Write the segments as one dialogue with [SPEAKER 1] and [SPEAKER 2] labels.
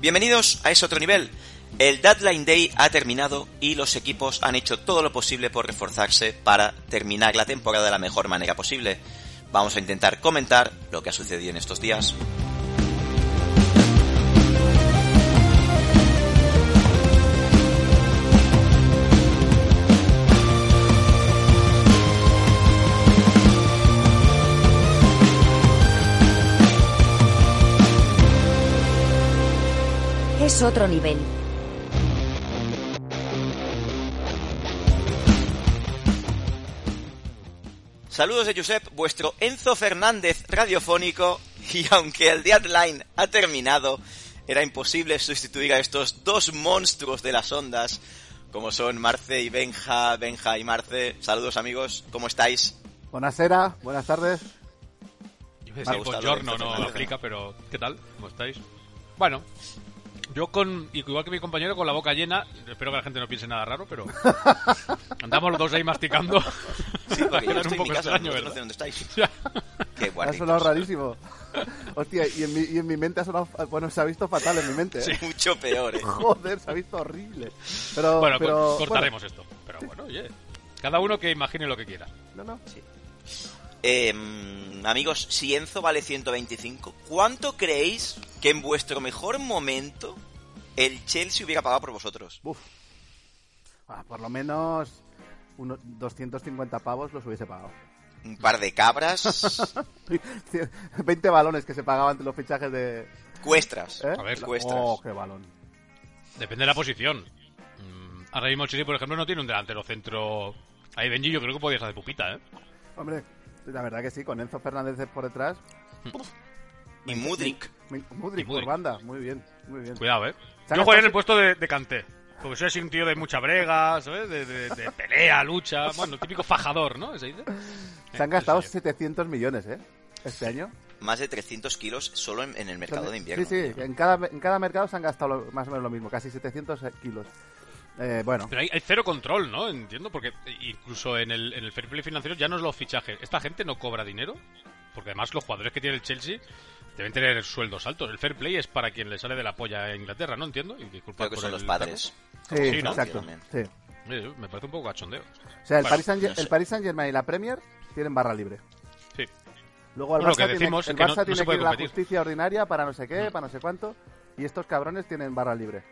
[SPEAKER 1] Bienvenidos a ese otro nivel. El Deadline Day ha terminado y los equipos han hecho todo lo posible por reforzarse para terminar la temporada de la mejor manera posible. Vamos a intentar comentar lo que ha sucedido en estos días.
[SPEAKER 2] Es otro nivel.
[SPEAKER 1] Saludos de Josep, vuestro Enzo Fernández radiofónico. Y aunque el deadline ha terminado, era imposible sustituir a estos dos monstruos de las ondas, como son Marce y Benja, Benja y Marce. Saludos amigos, ¿cómo estáis?
[SPEAKER 3] Buenasera, buenas tardes.
[SPEAKER 4] Yo iba a decir
[SPEAKER 1] Me ha gustado
[SPEAKER 4] buongiorno,
[SPEAKER 1] esto,
[SPEAKER 4] no
[SPEAKER 1] Fernando.
[SPEAKER 4] aplica, pero ¿qué tal? ¿Cómo estáis? Bueno, yo con, igual que mi compañero, con la boca llena, espero que la gente no piense nada raro, pero andamos los dos ahí masticando.
[SPEAKER 1] Sí, porque yo
[SPEAKER 4] Era
[SPEAKER 1] no estoy en mi casa,
[SPEAKER 4] extraño,
[SPEAKER 1] vosotros no sé
[SPEAKER 4] ¿verdad?
[SPEAKER 1] dónde estáis.
[SPEAKER 4] Ya.
[SPEAKER 1] Qué
[SPEAKER 3] Ha
[SPEAKER 1] guarritos.
[SPEAKER 3] sonado rarísimo. Hostia, y en, mi, y en mi mente ha sonado. Bueno, se ha visto fatal en mi mente. ¿eh?
[SPEAKER 1] Sí, mucho peor, eh.
[SPEAKER 3] Joder, se ha visto horrible. Pero.
[SPEAKER 4] Bueno,
[SPEAKER 3] pero,
[SPEAKER 4] cor- cortaremos esto. Pero bueno, oye, cada uno que imagine lo que quiera.
[SPEAKER 3] bueno, no, no.
[SPEAKER 1] Eh, mm, amigos, si Enzo vale 125, ¿cuánto creéis que en vuestro mejor momento el Chelsea hubiera pagado por vosotros?
[SPEAKER 3] Uf. Ah, por lo menos. Unos 250 pavos los hubiese pagado.
[SPEAKER 1] ¿Un par de cabras?
[SPEAKER 3] 20 balones que se pagaban entre los fichajes de.
[SPEAKER 1] ¿Cuestras?
[SPEAKER 3] ¿eh?
[SPEAKER 4] A ver,
[SPEAKER 1] cuestas.
[SPEAKER 3] oh, qué balón.
[SPEAKER 4] Depende de la posición. Mm, Ahora mismo el Chile, por ejemplo, no tiene un delantero centro. Ahí, Benji, yo creo que podías hacer pupita, ¿eh?
[SPEAKER 3] Hombre, la verdad que sí, con Enzo Fernández por detrás.
[SPEAKER 1] Y Mudrik.
[SPEAKER 3] Mi- Mudrik por
[SPEAKER 4] Mudrik.
[SPEAKER 3] banda. Muy bien, muy bien.
[SPEAKER 4] Cuidado, eh.
[SPEAKER 3] Se ha
[SPEAKER 4] Yo jugaría
[SPEAKER 3] gastado-
[SPEAKER 4] en el puesto de, de Kanté. Porque soy así un tío de mucha brega, ¿sabes? De, de- de pelea, lucha. Bueno, el típico fajador, ¿no? ¿Se dice?
[SPEAKER 3] Se han
[SPEAKER 4] Eh,
[SPEAKER 3] gastado
[SPEAKER 4] sí,
[SPEAKER 3] 700 millones, ¿eh? Este año.
[SPEAKER 1] Más de 300 kilos solo en, en el mercado de invierno.
[SPEAKER 3] Sí, sí, en cada, en cada mercado se han gastado lo- más o menos lo mismo, casi 700 kilos. Eh, bueno,
[SPEAKER 4] Pero hay, hay cero control, ¿no? Entiendo, porque incluso en el, en el fair play financiero ya no es los fichajes. Esta gente no cobra dinero, porque además los jugadores que tiene el Chelsea deben tener sueldos altos. El fair play es para quien le sale de la polla a Inglaterra, ¿no? Entiendo. Y disculpa
[SPEAKER 1] Creo que
[SPEAKER 4] por
[SPEAKER 1] son
[SPEAKER 4] el
[SPEAKER 1] los padres.
[SPEAKER 3] sí,
[SPEAKER 4] sí, ¿no?
[SPEAKER 3] exacto.
[SPEAKER 1] También.
[SPEAKER 3] sí.
[SPEAKER 4] taco. Eh, me parece un poco cachondeo.
[SPEAKER 3] O sea, el,
[SPEAKER 4] Bueno,
[SPEAKER 3] Paris Saint
[SPEAKER 1] no sé.
[SPEAKER 3] el Paris Saint Germain y la Premier tienen barra libre.
[SPEAKER 4] Sí.
[SPEAKER 3] Luego el
[SPEAKER 4] Bueno, lo
[SPEAKER 3] Barça
[SPEAKER 4] que
[SPEAKER 3] tiene,
[SPEAKER 4] decimos es
[SPEAKER 3] el
[SPEAKER 4] que no-
[SPEAKER 3] Barça
[SPEAKER 4] no se
[SPEAKER 3] tiene que
[SPEAKER 4] puede
[SPEAKER 3] ir a la
[SPEAKER 4] competir. Mm.
[SPEAKER 3] justicia ordinaria para no sé qué, para no sé cuánto, y estos cabrones tienen barra libre.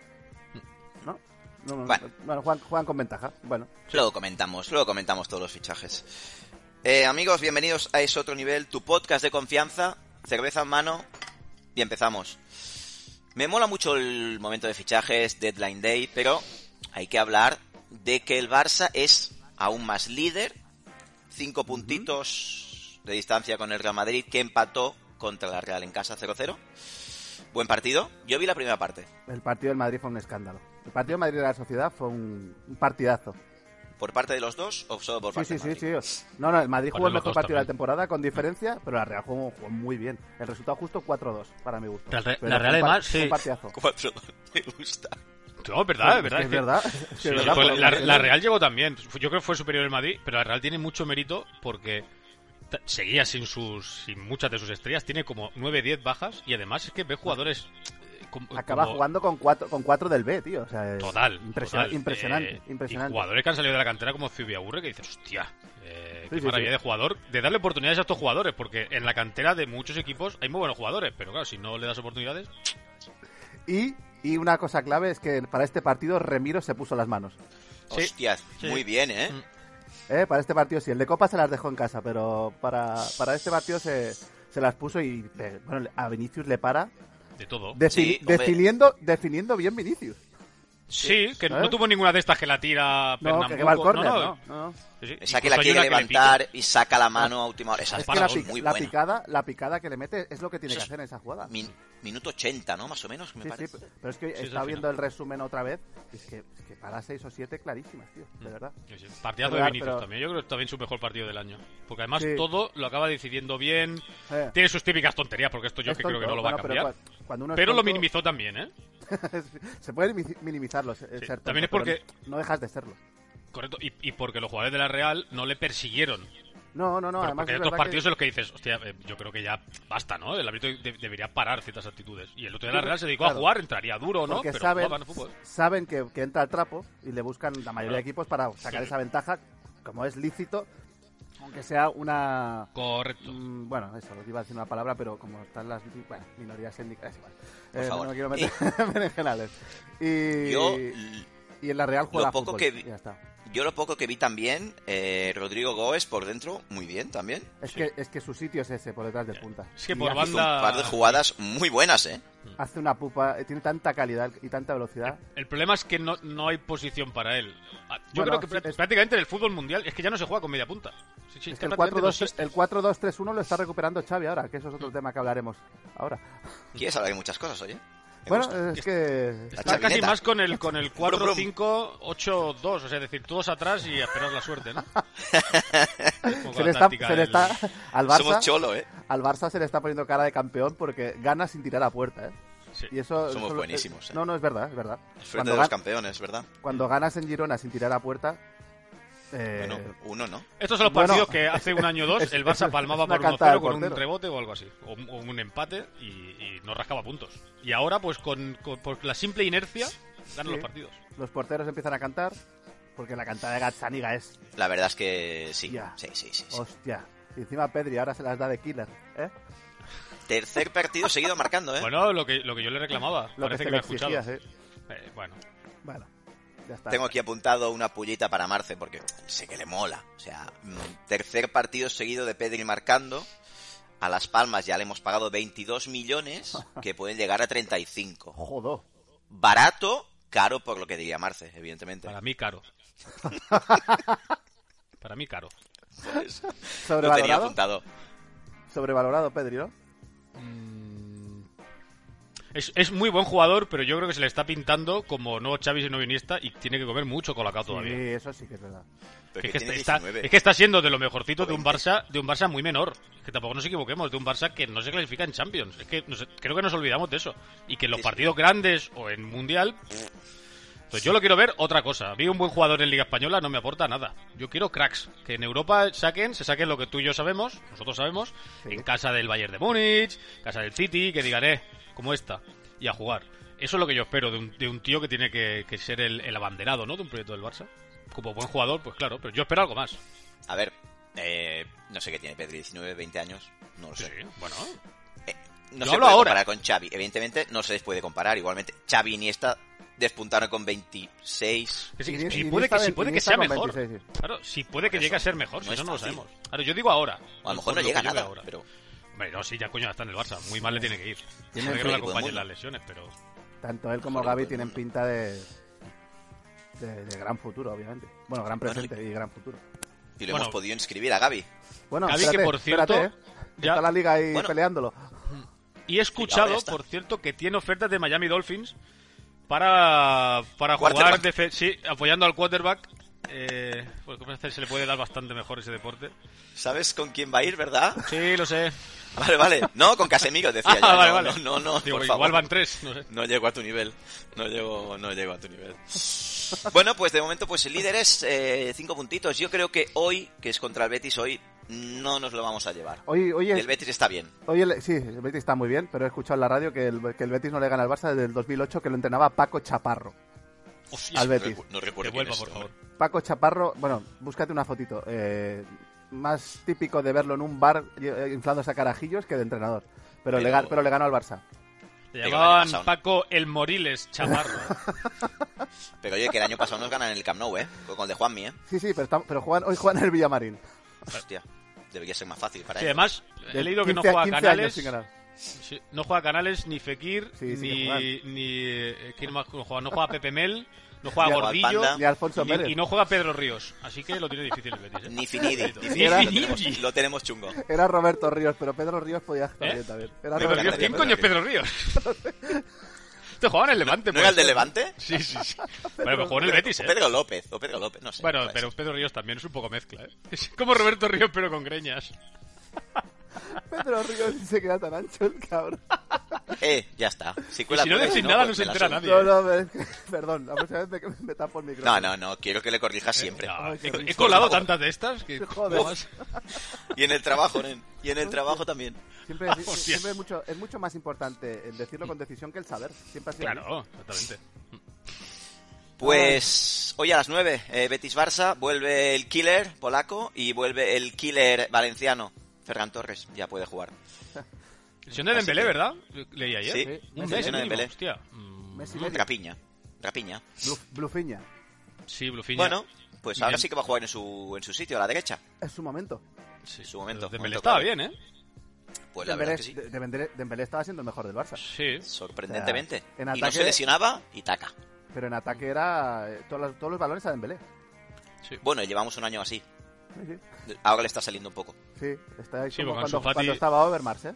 [SPEAKER 4] Mm.
[SPEAKER 3] ¿No? No, no, no.
[SPEAKER 1] Bueno.
[SPEAKER 3] Bueno, juegan, juegan con ventaja. Bueno,
[SPEAKER 1] Luego comentamos, luego comentamos todos los fichajes. Eh, amigos, bienvenidos a Es Otro Nivel, tu podcast de confianza, cerveza en mano y empezamos. Me mola mucho el momento de fichajes, Deadline Day, pero hay que hablar de que el Barça es aún más líder, cinco puntitos de distancia con el Real Madrid que empató contra la Real en casa 0-0. Buen partido, yo vi la primera parte,
[SPEAKER 3] el partido del Madrid fue un escándalo. El partido del Madrid de la sociedad fue un, un partidazo.
[SPEAKER 1] por parte de los dos o solo por
[SPEAKER 3] Sí,
[SPEAKER 1] parte
[SPEAKER 3] sí,
[SPEAKER 1] del
[SPEAKER 3] sí,
[SPEAKER 1] Madrid?
[SPEAKER 3] sí. No, no, el Madrid
[SPEAKER 4] Con
[SPEAKER 3] jugó el
[SPEAKER 4] los
[SPEAKER 3] mejor
[SPEAKER 4] dos
[SPEAKER 3] partido de la
[SPEAKER 4] también.
[SPEAKER 3] temporada, con diferencia, pero la Real jugó, jugó muy bien. El resultado justo 4-2, para mi gusto.
[SPEAKER 5] La Re-
[SPEAKER 3] Pero
[SPEAKER 5] la
[SPEAKER 3] fue
[SPEAKER 5] Real,
[SPEAKER 3] un par-
[SPEAKER 5] además,
[SPEAKER 3] fue un
[SPEAKER 5] sí.
[SPEAKER 3] partidazo.
[SPEAKER 1] Cuatro, me gusta.
[SPEAKER 4] No, es verdad, es verdad.
[SPEAKER 3] Es
[SPEAKER 4] es que-
[SPEAKER 3] verdad. es
[SPEAKER 4] Sí,
[SPEAKER 3] verdad,
[SPEAKER 4] fue-
[SPEAKER 3] por lo
[SPEAKER 4] la,
[SPEAKER 3] que-
[SPEAKER 4] la Real llegó también. Yo creo que fue superior el Madrid, pero la Real tiene mucho mérito porque ta- seguía sin sus sin muchas de sus estrellas. Tiene como 9-10 bajas y además es que ve jugadores. eh, com-
[SPEAKER 3] Acaba
[SPEAKER 4] como-
[SPEAKER 3] jugando con 4 con cuatro del B, tío. O sea, es
[SPEAKER 4] Total.
[SPEAKER 3] impresiona-
[SPEAKER 4] total.
[SPEAKER 3] Impresionante,
[SPEAKER 4] Eh, Y
[SPEAKER 3] impresionante.
[SPEAKER 4] jugadores que han salido de la cantera como Zubiaurre que dices, hostia, eh, qué
[SPEAKER 3] Sí, sí,
[SPEAKER 4] maravilla
[SPEAKER 3] sí.
[SPEAKER 4] de jugador. De darle oportunidades a estos jugadores, porque en la cantera de muchos equipos hay muy buenos jugadores, pero claro, si no le das oportunidades.
[SPEAKER 3] Y, y una cosa clave es que para este partido Remiro se puso las manos.
[SPEAKER 4] Sí.
[SPEAKER 1] Hostias,
[SPEAKER 4] Sí.
[SPEAKER 1] muy bien, ¿eh?
[SPEAKER 3] ¿eh? Para este partido sí. El de Copa se las dejó en casa, pero para, para este partido se, se las puso y pe- bueno, a Vinicius le para.
[SPEAKER 4] De todo.
[SPEAKER 3] defi-
[SPEAKER 1] Sí, hombre.
[SPEAKER 3] definiendo, definiendo bien Vinicius.
[SPEAKER 4] Sí, que
[SPEAKER 3] ¿sabes?
[SPEAKER 4] no tuvo ninguna de estas que la tira
[SPEAKER 3] No,
[SPEAKER 4] Pernambuco.
[SPEAKER 3] que, que va al córner,
[SPEAKER 4] No,
[SPEAKER 3] no,
[SPEAKER 4] no,
[SPEAKER 3] no, no.
[SPEAKER 4] sí, sí.
[SPEAKER 1] Esa que
[SPEAKER 4] Incluso
[SPEAKER 1] la
[SPEAKER 4] hay
[SPEAKER 1] quiere
[SPEAKER 4] una que la
[SPEAKER 1] levantar y saca la mano a última hora. Esa
[SPEAKER 3] Ah. Es
[SPEAKER 4] Para
[SPEAKER 3] que la,
[SPEAKER 1] parada
[SPEAKER 4] dos,
[SPEAKER 3] pic-
[SPEAKER 1] es muy
[SPEAKER 3] la
[SPEAKER 1] buena.
[SPEAKER 3] picada, la picada que le mete es lo que tiene
[SPEAKER 1] Eso
[SPEAKER 3] que
[SPEAKER 1] es
[SPEAKER 3] hacer en esa jugada.
[SPEAKER 1] Min- minuto 80, ¿no? Más o menos, me
[SPEAKER 3] Sí, sí,
[SPEAKER 1] parece.
[SPEAKER 3] pe- pero es que
[SPEAKER 4] Sí, es
[SPEAKER 3] estaba
[SPEAKER 4] al
[SPEAKER 3] viendo el resumen otra vez. y es que, es que para seis o siete clarísimas, tío,
[SPEAKER 4] Mm.
[SPEAKER 3] de verdad.
[SPEAKER 4] Sí, sí. Partidazo de
[SPEAKER 3] Pero-
[SPEAKER 4] Vinicius
[SPEAKER 3] pero-
[SPEAKER 4] también. Yo creo que también su mejor partido del año. Porque además
[SPEAKER 3] Sí.
[SPEAKER 4] todo lo acaba decidiendo bien.
[SPEAKER 3] Eh,
[SPEAKER 4] Tiene sus típicas tonterías, porque esto yo
[SPEAKER 3] es
[SPEAKER 4] que creo que
[SPEAKER 3] tonto,
[SPEAKER 4] no lo va a
[SPEAKER 3] bueno,
[SPEAKER 4] cambiar. Pero,
[SPEAKER 3] Pero, cua- cuando uno es
[SPEAKER 4] lo
[SPEAKER 3] tonto,
[SPEAKER 4] minimizó también, ¿eh?
[SPEAKER 3] se puede minimiz- minimizarlo. se- ser tonto,
[SPEAKER 4] también es
[SPEAKER 3] pero
[SPEAKER 4] porque-
[SPEAKER 3] No dejas de serlo.
[SPEAKER 4] Correcto. Y, y porque los jugadores de la Real no le persiguieron.
[SPEAKER 3] No, no, no.
[SPEAKER 4] Pero
[SPEAKER 3] además,
[SPEAKER 4] porque hay
[SPEAKER 3] es
[SPEAKER 4] otros
[SPEAKER 3] verdad
[SPEAKER 4] partidos
[SPEAKER 3] que-
[SPEAKER 4] en los que dices, hostia, eh, yo creo que ya basta, ¿no? El árbitro de- debería parar ciertas actitudes. Y el otro de la
[SPEAKER 3] Sí,
[SPEAKER 4] Real se dedicó a
[SPEAKER 3] claro.
[SPEAKER 4] jugar, entraría duro, ¿no?
[SPEAKER 3] porque
[SPEAKER 4] Pero
[SPEAKER 3] saben,
[SPEAKER 4] jugaban al fútbol.
[SPEAKER 3] saben que, que entra el trapo y le buscan la mayoría de
[SPEAKER 4] Claro.
[SPEAKER 3] equipos para sacar
[SPEAKER 4] Sí.
[SPEAKER 3] esa ventaja, como es lícito, aunque sea una.
[SPEAKER 4] Correcto.
[SPEAKER 3] mm, bueno, eso, iba a decir una palabra, pero como están las bueno, minorías étnicas, es igual.
[SPEAKER 1] Por
[SPEAKER 3] Eh, no
[SPEAKER 1] favor.
[SPEAKER 3] me quiero meter en berenjenales. Y,
[SPEAKER 1] Yo,
[SPEAKER 3] y en la Real juega
[SPEAKER 1] lo
[SPEAKER 3] a
[SPEAKER 1] poco
[SPEAKER 3] fútbol,
[SPEAKER 1] que vi-
[SPEAKER 3] ya está.
[SPEAKER 1] yo lo poco que vi también, eh, Rodrigo Góes por dentro, muy bien también.
[SPEAKER 3] Es, que, es que su sitio es ese, por detrás de punta.
[SPEAKER 4] Es que
[SPEAKER 3] Y
[SPEAKER 4] por
[SPEAKER 3] hace-
[SPEAKER 4] banda-
[SPEAKER 1] Hizo un par de jugadas muy buenas, ¿eh?
[SPEAKER 3] Hace una pupa, eh, tiene tanta calidad y tanta velocidad.
[SPEAKER 4] El problema es que no, no hay posición para él. Ah, Yo
[SPEAKER 3] Bueno,
[SPEAKER 4] creo que
[SPEAKER 3] sí,
[SPEAKER 4] prá-
[SPEAKER 3] es-
[SPEAKER 4] prácticamente en el fútbol mundial es que ya no se juega con media punta. Sí, sí,
[SPEAKER 3] Es
[SPEAKER 4] que
[SPEAKER 3] que el
[SPEAKER 4] prácticamente no
[SPEAKER 3] 4-2,
[SPEAKER 4] existe.
[SPEAKER 3] el 4-2-3-1 lo está recuperando Xavi ahora, que eso es
[SPEAKER 4] Mm.
[SPEAKER 3] otro tema que hablaremos ahora.
[SPEAKER 1] Quieres hablar de muchas cosas, oye. Me
[SPEAKER 3] Bueno,
[SPEAKER 1] gusta.
[SPEAKER 3] es que...
[SPEAKER 1] La
[SPEAKER 4] Está casi
[SPEAKER 1] chavineta.
[SPEAKER 4] más con el, con el
[SPEAKER 1] Brum, brum.
[SPEAKER 4] 4-5-8-2, o sea, es decir, todos atrás y a esperar la suerte, ¿no? Un poco
[SPEAKER 3] Se
[SPEAKER 4] la
[SPEAKER 3] le está,
[SPEAKER 4] táctica
[SPEAKER 3] se le
[SPEAKER 4] del-
[SPEAKER 3] está- al,
[SPEAKER 1] Somos
[SPEAKER 3] Barça,
[SPEAKER 1] cholo, ¿eh?
[SPEAKER 3] al Barça se le está poniendo cara de campeón porque gana sin tirar a puerta, ¿eh?
[SPEAKER 4] Sí.
[SPEAKER 3] Y eso,
[SPEAKER 1] Somos
[SPEAKER 3] eso lo-
[SPEAKER 1] buenísimos, ¿eh?
[SPEAKER 3] No, no, es verdad, es verdad.
[SPEAKER 1] Frente
[SPEAKER 3] Cuando,
[SPEAKER 1] de los
[SPEAKER 3] gan-
[SPEAKER 1] campeones, ¿verdad?
[SPEAKER 3] cuando ganas en Girona sin tirar a puerta... eh,
[SPEAKER 1] Bueno, uno, ¿no?
[SPEAKER 4] Estos son los
[SPEAKER 3] Bueno,
[SPEAKER 4] partidos que hace un año o dos
[SPEAKER 3] es-
[SPEAKER 4] el Barça
[SPEAKER 3] es-
[SPEAKER 4] palmaba
[SPEAKER 3] es una
[SPEAKER 4] por
[SPEAKER 3] cantada
[SPEAKER 4] 1-0
[SPEAKER 3] del
[SPEAKER 4] con un
[SPEAKER 3] portero.
[SPEAKER 4] rebote o algo así, o, un- o un empate y, y no rascaba puntos. Y ahora, pues con, con- por la simple inercia, ganan
[SPEAKER 3] Sí.
[SPEAKER 4] los partidos.
[SPEAKER 3] Los porteros empiezan a cantar porque la cantada de Gazzaniga es...
[SPEAKER 1] La verdad es que sí.
[SPEAKER 3] Ya.
[SPEAKER 1] Sí, sí, sí. sí.
[SPEAKER 3] Hostia. Y encima Pedri ahora se las da de killer, ¿eh?
[SPEAKER 1] Tercer partido seguido marcando, ¿eh?
[SPEAKER 4] Bueno, lo que, lo que yo le reclamaba,
[SPEAKER 3] Lo
[SPEAKER 4] parece
[SPEAKER 3] que
[SPEAKER 4] que
[SPEAKER 3] se
[SPEAKER 4] me
[SPEAKER 3] le
[SPEAKER 4] ha escuchado.
[SPEAKER 3] exigía, sí.
[SPEAKER 4] Eh, bueno,
[SPEAKER 3] Bueno, ya está.
[SPEAKER 1] Tengo aquí apuntado una pullita para Marce porque sé que le mola. O sea, mm, tercer partido seguido de Pedri marcando. A Las Palmas ya le hemos pagado 22 millones que pueden llegar a 35.
[SPEAKER 3] Jodó.
[SPEAKER 1] Barato, caro por lo que diría Marce, evidentemente.
[SPEAKER 4] para mí caro. para mí caro.
[SPEAKER 1] Pues, lo tenía
[SPEAKER 3] Sobrevalorado.
[SPEAKER 1] apuntado.
[SPEAKER 3] Sobrevalorado, Pedri, ¿no?
[SPEAKER 4] Es, es muy buen jugador, pero yo creo que se le está pintando como no Xavi sino Iniesta y tiene que comer mucho colacao todavía.
[SPEAKER 3] Sí, eso sí que es verdad.
[SPEAKER 1] Pero que
[SPEAKER 4] Que es, que
[SPEAKER 1] tiene
[SPEAKER 4] está,
[SPEAKER 1] 19.
[SPEAKER 4] es que está siendo de lo mejorcito de un
[SPEAKER 1] 20.
[SPEAKER 4] Barça de un Barça muy menor. Que tampoco nos equivoquemos, de un Barça que no se clasifica en Champions. Es que nos- creo que nos olvidamos de eso. Y que en los
[SPEAKER 1] Sí, sí.
[SPEAKER 4] partidos grandes o en Mundial. pff, Pues yo lo quiero ver otra cosa. A mí un buen jugador en Liga Española no me aporta nada. Yo quiero cracks. Que en Europa saquen, se saquen lo que tú y yo sabemos, nosotros sabemos,
[SPEAKER 3] Sí.
[SPEAKER 4] en casa del Bayern de Múnich, casa del City, que digan, eh, como esta, y a jugar. Eso es lo que yo espero de un, de un tío que tiene que, que ser el, el abanderado, ¿no? De un proyecto del Barça. Como buen jugador, pues claro, pero yo espero algo más.
[SPEAKER 1] A ver, eh, no sé qué tiene Pedri, 19, 20 años, no lo
[SPEAKER 4] Sí,
[SPEAKER 1] sé.
[SPEAKER 4] sí, bueno.
[SPEAKER 1] No
[SPEAKER 4] Yo
[SPEAKER 1] se
[SPEAKER 4] hablo
[SPEAKER 1] puede
[SPEAKER 4] ahora.
[SPEAKER 1] comparar con Xavi, evidentemente no se les puede comparar. Igualmente, Xavi y Iniesta despuntaron con 26.
[SPEAKER 4] Que sí,
[SPEAKER 3] Iniesta-
[SPEAKER 4] y puede que,
[SPEAKER 3] Iniesta
[SPEAKER 4] sí, puede que
[SPEAKER 3] Iniesta
[SPEAKER 4] sea
[SPEAKER 3] con
[SPEAKER 4] mejor.
[SPEAKER 3] 26, sí.
[SPEAKER 4] Claro, sí puede que
[SPEAKER 1] Por
[SPEAKER 4] llegue a
[SPEAKER 1] eso,
[SPEAKER 4] ser mejor, si
[SPEAKER 1] no
[SPEAKER 4] eso
[SPEAKER 1] es
[SPEAKER 4] no lo
[SPEAKER 1] fácil.
[SPEAKER 4] sabemos. Claro, yo digo ahora.
[SPEAKER 1] O a lo mejor no
[SPEAKER 4] lo que
[SPEAKER 1] llega
[SPEAKER 4] llegue
[SPEAKER 1] nada,
[SPEAKER 4] ahora.
[SPEAKER 1] pero
[SPEAKER 4] Hombre, no, sí, ya coño, ya está en el Barça. Muy mal le tiene que ir.
[SPEAKER 3] Tiene
[SPEAKER 4] Espero que
[SPEAKER 1] el
[SPEAKER 4] no le
[SPEAKER 1] equipo del
[SPEAKER 4] acompañen
[SPEAKER 1] mundo.
[SPEAKER 4] las lesiones, pero...
[SPEAKER 3] Tanto él como
[SPEAKER 1] Joder,
[SPEAKER 3] Gaby
[SPEAKER 1] pues,
[SPEAKER 3] tienen
[SPEAKER 1] no.
[SPEAKER 3] pinta de, de, de gran futuro, obviamente. Bueno, gran
[SPEAKER 1] Bueno,
[SPEAKER 3] presente y gran futuro.
[SPEAKER 1] y lo
[SPEAKER 4] Bueno.
[SPEAKER 1] hemos podido inscribir a Gaby.
[SPEAKER 3] Bueno,
[SPEAKER 4] Gavi,
[SPEAKER 3] espérate,
[SPEAKER 4] que por cierto,
[SPEAKER 3] espérate, ¿eh?
[SPEAKER 4] ya-
[SPEAKER 3] está la liga ahí
[SPEAKER 1] Bueno.
[SPEAKER 3] peleándolo.
[SPEAKER 4] Y he
[SPEAKER 1] Ahora ya
[SPEAKER 4] escuchado,
[SPEAKER 1] está.
[SPEAKER 4] por cierto, que tiene ofertas de Miami Dolphins para, para jugar
[SPEAKER 1] Quarterback.
[SPEAKER 4] defe- sí, apoyando al quarterback. Eh, pues, como este se le puede dar bastante mejor ese deporte.
[SPEAKER 1] ¿Sabes con quién va a ir, verdad?
[SPEAKER 4] Sí, lo sé.
[SPEAKER 1] Vale, vale. No, con Casemiro, decía
[SPEAKER 4] Ah,
[SPEAKER 1] yo. No,
[SPEAKER 4] vale, vale.
[SPEAKER 1] No, no, no,
[SPEAKER 4] Digo,
[SPEAKER 1] por
[SPEAKER 4] igual
[SPEAKER 1] favor.
[SPEAKER 4] van tres, no sé.
[SPEAKER 1] No llego a tu nivel. No llego, no llego a tu nivel. Bueno, pues de momento, pues el líder es eh, cinco puntitos. Yo creo que hoy, que es contra el Betis, hoy no nos lo vamos a llevar.
[SPEAKER 3] Hoy, hoy, es-
[SPEAKER 1] El Betis está bien.
[SPEAKER 3] hoy el- sí, el Betis está muy bien, pero he escuchado en la radio que el, que el Betis no le gana al Barça desde el 2008, que lo entrenaba Paco Chaparro.
[SPEAKER 4] Hostia,
[SPEAKER 3] Al
[SPEAKER 1] No
[SPEAKER 3] Betis.
[SPEAKER 1] recu- No
[SPEAKER 4] que
[SPEAKER 1] recuerdo quién
[SPEAKER 4] vuelva,
[SPEAKER 1] es
[SPEAKER 4] por
[SPEAKER 1] este hombre.
[SPEAKER 4] favor.
[SPEAKER 3] Paco Chaparro, bueno, búscate una fotito. eh, más típico de verlo en un bar eh, inflándose a carajillos que de entrenador. Pero, le,
[SPEAKER 1] Pero-
[SPEAKER 3] ga- pero le ganó al Barça.
[SPEAKER 4] Le
[SPEAKER 1] Digo,
[SPEAKER 4] llamaban
[SPEAKER 1] vale, pasa uno.
[SPEAKER 4] Paco el Moriles Chaparro.
[SPEAKER 1] Pero oye, que el año pasado nos ganan el Camp Nou, ¿eh? Con el de Juanmi, ¿eh?
[SPEAKER 3] Sí, sí, pero, está- pero juegan, hoy juegan el Villamarín.
[SPEAKER 1] Hostia, debería ser más fácil para
[SPEAKER 4] Sí,
[SPEAKER 1] él.
[SPEAKER 4] además, he
[SPEAKER 3] De
[SPEAKER 4] leído que no
[SPEAKER 3] 15 a-
[SPEAKER 4] juega
[SPEAKER 3] 15
[SPEAKER 4] Canales.
[SPEAKER 3] años sin ganar.
[SPEAKER 4] Sí, no juega Canales, ni Fekir,
[SPEAKER 3] Sí, sí que
[SPEAKER 4] ni,
[SPEAKER 3] juegan.
[SPEAKER 4] ni eh, ¿quién más juega? No juega Pepe Mel, no juega
[SPEAKER 3] Ni
[SPEAKER 1] al
[SPEAKER 4] Gordillo
[SPEAKER 1] Panda.
[SPEAKER 3] Ni Alfonso
[SPEAKER 4] y-
[SPEAKER 3] Pérez.
[SPEAKER 4] y, no juega Pedro Ríos. Así que lo tiene difícil el Betis. ¿eh?
[SPEAKER 1] Ni Finidi. Ni
[SPEAKER 4] Ni
[SPEAKER 1] Finidi, lo,
[SPEAKER 4] Finidi.
[SPEAKER 1] tenemos, lo tenemos chungo.
[SPEAKER 3] Era Roberto Ríos, pero Pedro Ríos podía estar
[SPEAKER 4] ¿Eh?
[SPEAKER 3] bien también. Era
[SPEAKER 4] Pedro
[SPEAKER 3] Roberto
[SPEAKER 4] Ríos,
[SPEAKER 1] Ríos.
[SPEAKER 4] ¿Quién coño es Pedro Ríos? Te jugaba en el Levante.
[SPEAKER 1] ¿No era el de
[SPEAKER 4] pues.
[SPEAKER 1] Levante?
[SPEAKER 4] Sí, sí, sí. Bueno, pero jugó en el Betis,
[SPEAKER 1] O
[SPEAKER 4] ¿eh?
[SPEAKER 1] Pedro López, o Pedro López, no sé. pues,
[SPEAKER 4] Bueno,
[SPEAKER 1] ¿sabes?
[SPEAKER 4] pero Pedro Ríos también es un poco mezcla, ¿eh? Es como Roberto Ríos, pero con greñas.
[SPEAKER 3] Pedro Ríos ni se queda tan ancho el cabrón.
[SPEAKER 1] Eh, ya está. Si, pues
[SPEAKER 4] Y si no decís nada, no se entera
[SPEAKER 1] nada
[SPEAKER 4] nadie.
[SPEAKER 3] No,
[SPEAKER 4] ¿eh?
[SPEAKER 3] no, es que- perdón, la próxima vez me, me tapo el micrófono.
[SPEAKER 1] No, no, no, quiero que le
[SPEAKER 4] Eh,
[SPEAKER 1] corrijas siempre.
[SPEAKER 4] No,
[SPEAKER 3] Ay, qué
[SPEAKER 4] he, he
[SPEAKER 3] risa.
[SPEAKER 4] colado tantas de estas que...
[SPEAKER 3] Joder.
[SPEAKER 4] Uf,
[SPEAKER 1] Y en el trabajo, nen. Y en el trabajo también.
[SPEAKER 3] Siempre, es-
[SPEAKER 4] Hostias.
[SPEAKER 3] siempre es, mucho, es mucho más importante el decirlo con decisión que el saber. Siempre ha sido así.
[SPEAKER 4] Claro, totalmente.
[SPEAKER 1] Pues hoy a las 9, eh, Betis Barça, vuelve el killer polaco y vuelve el killer valenciano. Ferran Torres ya puede jugar.
[SPEAKER 4] Lesión de
[SPEAKER 1] Así
[SPEAKER 4] Dembélé,
[SPEAKER 1] que-
[SPEAKER 4] ¿verdad? Leí ayer.
[SPEAKER 1] Sí,
[SPEAKER 4] Un
[SPEAKER 3] Messi,
[SPEAKER 1] lesión
[SPEAKER 4] mes
[SPEAKER 1] de
[SPEAKER 4] mínimo,
[SPEAKER 1] Dembélé.
[SPEAKER 4] hostia. Mm,
[SPEAKER 3] Messi medio.
[SPEAKER 1] Rapiña. Rapiña.
[SPEAKER 3] Bluf- Blufiña.
[SPEAKER 4] Sí, Blufiña.
[SPEAKER 1] Bueno, pues ahora
[SPEAKER 4] Bien.
[SPEAKER 1] sí que va a jugar en su, en su sitio, a la derecha.
[SPEAKER 3] Es su momento.
[SPEAKER 4] Sí,
[SPEAKER 1] en su momento,
[SPEAKER 4] Dembélé
[SPEAKER 1] momento
[SPEAKER 4] estaba
[SPEAKER 1] clave.
[SPEAKER 4] bien, ¿eh?
[SPEAKER 1] Pues la verdad
[SPEAKER 3] Dembélé,
[SPEAKER 1] es que sí.
[SPEAKER 3] de- Dembélé- Dembélé estaba siendo el mejor del Barça.
[SPEAKER 4] Sí.
[SPEAKER 1] Sorprendentemente.
[SPEAKER 3] O sea, en
[SPEAKER 1] y no se
[SPEAKER 3] ataque-
[SPEAKER 1] lesionaba y taca.
[SPEAKER 3] Pero en ataque era. eh, Todos los, todos los balones a Dembélé.
[SPEAKER 4] Sí,
[SPEAKER 1] Bueno, y llevamos un año así.
[SPEAKER 3] Sí, sí.
[SPEAKER 1] Ahora le está saliendo un poco.
[SPEAKER 3] Sí, está ahí
[SPEAKER 4] Sí,
[SPEAKER 3] como
[SPEAKER 4] porque
[SPEAKER 3] cuando,
[SPEAKER 4] Ansu Fati-
[SPEAKER 3] cuando estaba Overmars, ¿eh?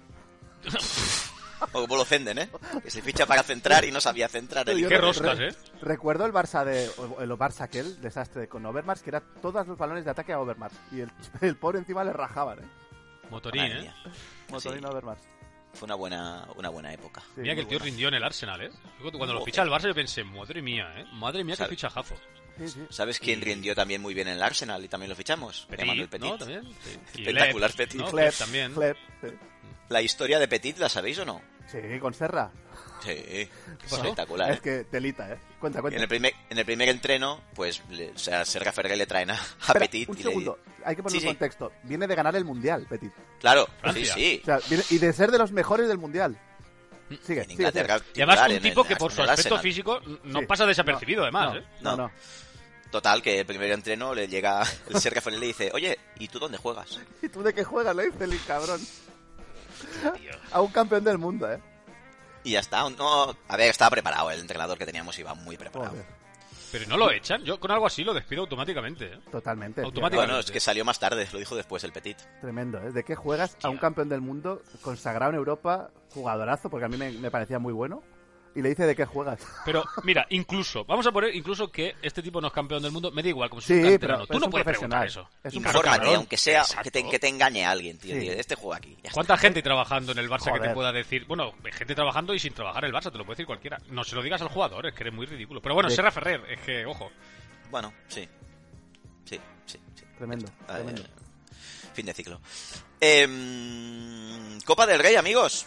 [SPEAKER 1] O como lo cenden, ¿eh? Que se ficha para centrar y no sabía centrar. el
[SPEAKER 3] Yo re-
[SPEAKER 4] Qué
[SPEAKER 1] hijo.
[SPEAKER 4] roscas,
[SPEAKER 3] re-
[SPEAKER 4] ¿eh?
[SPEAKER 3] Recuerdo el Barça de o- el Barça aquel desastre con Overmars que era todos los balones de ataque a Overmars y el, el pobre encima le rajaban, ¿eh?
[SPEAKER 4] Motorín,
[SPEAKER 1] Madre
[SPEAKER 4] ¿eh?
[SPEAKER 1] mía.
[SPEAKER 3] Motorino
[SPEAKER 1] Sí.
[SPEAKER 3] Overmars.
[SPEAKER 1] Fue una buena, una buena época.
[SPEAKER 3] Sí,
[SPEAKER 4] Mira
[SPEAKER 3] muy
[SPEAKER 4] que el tío
[SPEAKER 3] bueno.
[SPEAKER 4] rindió en el Arsenal, ¿eh? Yo Cuando lo
[SPEAKER 1] Joder.
[SPEAKER 4] ficha el Barça yo pensé, madre mía, ¿eh? Madre mía, qué
[SPEAKER 1] Sabe.
[SPEAKER 4] fichajazo.
[SPEAKER 3] Sí, sí.
[SPEAKER 1] ¿Sabes quién
[SPEAKER 4] Y-
[SPEAKER 1] rindió también muy bien en el Arsenal y también lo fichamos? Emmanuel
[SPEAKER 4] Petit,
[SPEAKER 1] Petit.
[SPEAKER 4] ¿no? También. Sí. Y
[SPEAKER 1] Espectacular, Petit.
[SPEAKER 4] ¿no?
[SPEAKER 3] Y
[SPEAKER 4] Kleb
[SPEAKER 3] Kleb,
[SPEAKER 4] también.
[SPEAKER 3] Kleb, sí.
[SPEAKER 1] ¿La historia de Petit la sabéis o no?
[SPEAKER 3] Sí, con Serra.
[SPEAKER 1] Sí.
[SPEAKER 4] pasó?
[SPEAKER 1] Espectacular.
[SPEAKER 3] Es
[SPEAKER 1] ¿eh?
[SPEAKER 3] que telita, ¿eh? Cuenta,
[SPEAKER 1] Y
[SPEAKER 3] cuenta.
[SPEAKER 1] En el primer, en el primer entreno, pues, le- o sea, Serra Ferrer le traen a, a
[SPEAKER 3] Espera,
[SPEAKER 1] Petit.
[SPEAKER 3] un
[SPEAKER 1] y le-
[SPEAKER 3] segundo, hay que poner
[SPEAKER 1] Sí,
[SPEAKER 3] en
[SPEAKER 1] sí.
[SPEAKER 3] contexto. Viene de ganar el Mundial, Petit.
[SPEAKER 1] Claro, sí,
[SPEAKER 4] Francia.
[SPEAKER 3] O
[SPEAKER 1] sí.
[SPEAKER 3] sea, viene- y de ser de los mejores del Mundial. Sigue,
[SPEAKER 1] En
[SPEAKER 3] sigue,
[SPEAKER 1] Inglaterra.
[SPEAKER 3] sigue.
[SPEAKER 4] Y además
[SPEAKER 1] titular
[SPEAKER 4] un
[SPEAKER 1] en el-
[SPEAKER 4] tipo que por su
[SPEAKER 1] en el
[SPEAKER 4] aspecto
[SPEAKER 1] Arsenal.
[SPEAKER 4] físico no
[SPEAKER 3] Sí.
[SPEAKER 4] pasa desapercibido,
[SPEAKER 3] No,
[SPEAKER 4] además,
[SPEAKER 3] no,
[SPEAKER 4] ¿eh?
[SPEAKER 3] No,
[SPEAKER 1] No.
[SPEAKER 3] no.
[SPEAKER 1] Total, que el primer entreno le llega el Serra Ferrer y le dice, oye, ¿y tú dónde juegas?
[SPEAKER 3] ¿Y tú de qué juegas, le dice el cabrón? A un campeón del mundo, ¿eh?
[SPEAKER 1] Y ya está. No, a ver, estaba preparado. El entrenador que teníamos iba muy preparado.
[SPEAKER 3] Joder,
[SPEAKER 4] Pero no lo echan. Yo con algo así lo despido automáticamente, ¿eh?
[SPEAKER 3] totalmente. tío.
[SPEAKER 4] Automáticamente.
[SPEAKER 1] Bueno, es que salió más tarde, lo dijo después el Petit.
[SPEAKER 3] Tremendo, ¿eh? ¿De qué juegas a un campeón del mundo consagrado en Europa, jugadorazo, porque a mí me, me parecía muy bueno? Y le dice de qué juegas.
[SPEAKER 4] Pero mira, incluso, vamos a poner incluso que este tipo no es campeón del mundo, me da igual como si
[SPEAKER 3] Sí,
[SPEAKER 4] fuera un
[SPEAKER 3] pero
[SPEAKER 4] canterano. Tú
[SPEAKER 3] es
[SPEAKER 4] no
[SPEAKER 3] un
[SPEAKER 4] puedes preguntar eso.
[SPEAKER 3] profesional. Es un
[SPEAKER 4] Claro,
[SPEAKER 1] Infórmate,
[SPEAKER 4] cabrón.
[SPEAKER 1] aunque sea que te,
[SPEAKER 4] Exacto.
[SPEAKER 1] que te engañe a alguien, tío.
[SPEAKER 3] Sí.
[SPEAKER 1] tío, Este juega aquí. ya está.
[SPEAKER 4] ¿Cuánta gente trabajando en el Barça que te
[SPEAKER 3] Joder.
[SPEAKER 4] pueda decir? Bueno, gente trabajando y sin trabajar en el Barça, te lo puede decir cualquiera. No se lo digas al jugador, es que eres muy ridículo. Pero bueno,
[SPEAKER 3] De-
[SPEAKER 4] Serra Ferrer, es que, ojo.
[SPEAKER 1] Bueno, sí. Sí, sí, sí.
[SPEAKER 3] Tremendo,
[SPEAKER 1] A ver, eh,
[SPEAKER 3] tremendo.
[SPEAKER 1] fin de ciclo. Em, Copa del Rey, amigos.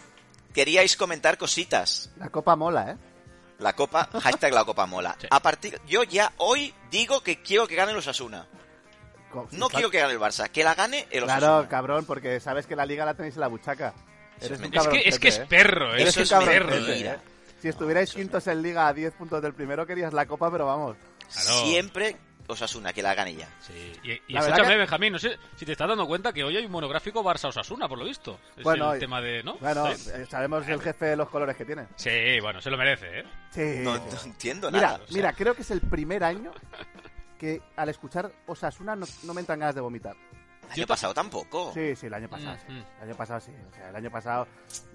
[SPEAKER 1] Queríais comentar cositas.
[SPEAKER 3] La copa mola, ¿eh?
[SPEAKER 1] La Copa, hashtag la Copa mola.
[SPEAKER 4] Sí.
[SPEAKER 1] A partir, yo ya hoy digo que quiero que gane los Asuna.
[SPEAKER 3] Co-
[SPEAKER 1] No quiero que gane el Barça, que la gane el Osasuna.
[SPEAKER 3] Claro, cabrón, porque sabes que la liga la tenéis en la buchaca.
[SPEAKER 1] Eso
[SPEAKER 3] Eres
[SPEAKER 1] es
[SPEAKER 3] un
[SPEAKER 1] mentira.
[SPEAKER 4] Es que,
[SPEAKER 3] cabroncete,
[SPEAKER 4] es que es
[SPEAKER 3] ¿eh?
[SPEAKER 4] perro, ¿eh?
[SPEAKER 1] Eso
[SPEAKER 3] Eres un
[SPEAKER 1] es
[SPEAKER 3] cabroncete,
[SPEAKER 1] mentira.
[SPEAKER 3] ¿eh? Si estuvierais
[SPEAKER 1] eso es
[SPEAKER 3] quintos en liga a 10 puntos del primero, querías la copa, pero vamos.
[SPEAKER 4] Claro.
[SPEAKER 1] Siempre Osasuna, que la gane ya.
[SPEAKER 4] Y, y
[SPEAKER 3] La verdad
[SPEAKER 4] escúchame,
[SPEAKER 3] que-
[SPEAKER 4] Benjamín, no sé si te estás dando cuenta que hoy hay un monográfico Barça-Osasuna, por lo visto. Es
[SPEAKER 3] Bueno,
[SPEAKER 4] el
[SPEAKER 3] y-
[SPEAKER 4] tema de, ¿no?
[SPEAKER 3] Bueno,
[SPEAKER 4] Sí.
[SPEAKER 3] eh, sabemos el jefe de los colores que tiene.
[SPEAKER 4] Sí, bueno, se lo merece, ¿eh?
[SPEAKER 3] Sí.
[SPEAKER 1] No, no entiendo
[SPEAKER 3] Mira,
[SPEAKER 1] nada. o sea,
[SPEAKER 3] mira, creo que es el primer año que al escuchar Osasuna no, no me entran ganas de vomitar.
[SPEAKER 1] el año pasado tampoco.
[SPEAKER 3] Sí, sí, el año pasado. sí.
[SPEAKER 4] Mm, mm.
[SPEAKER 3] El año pasado sí. O sea, el año pasado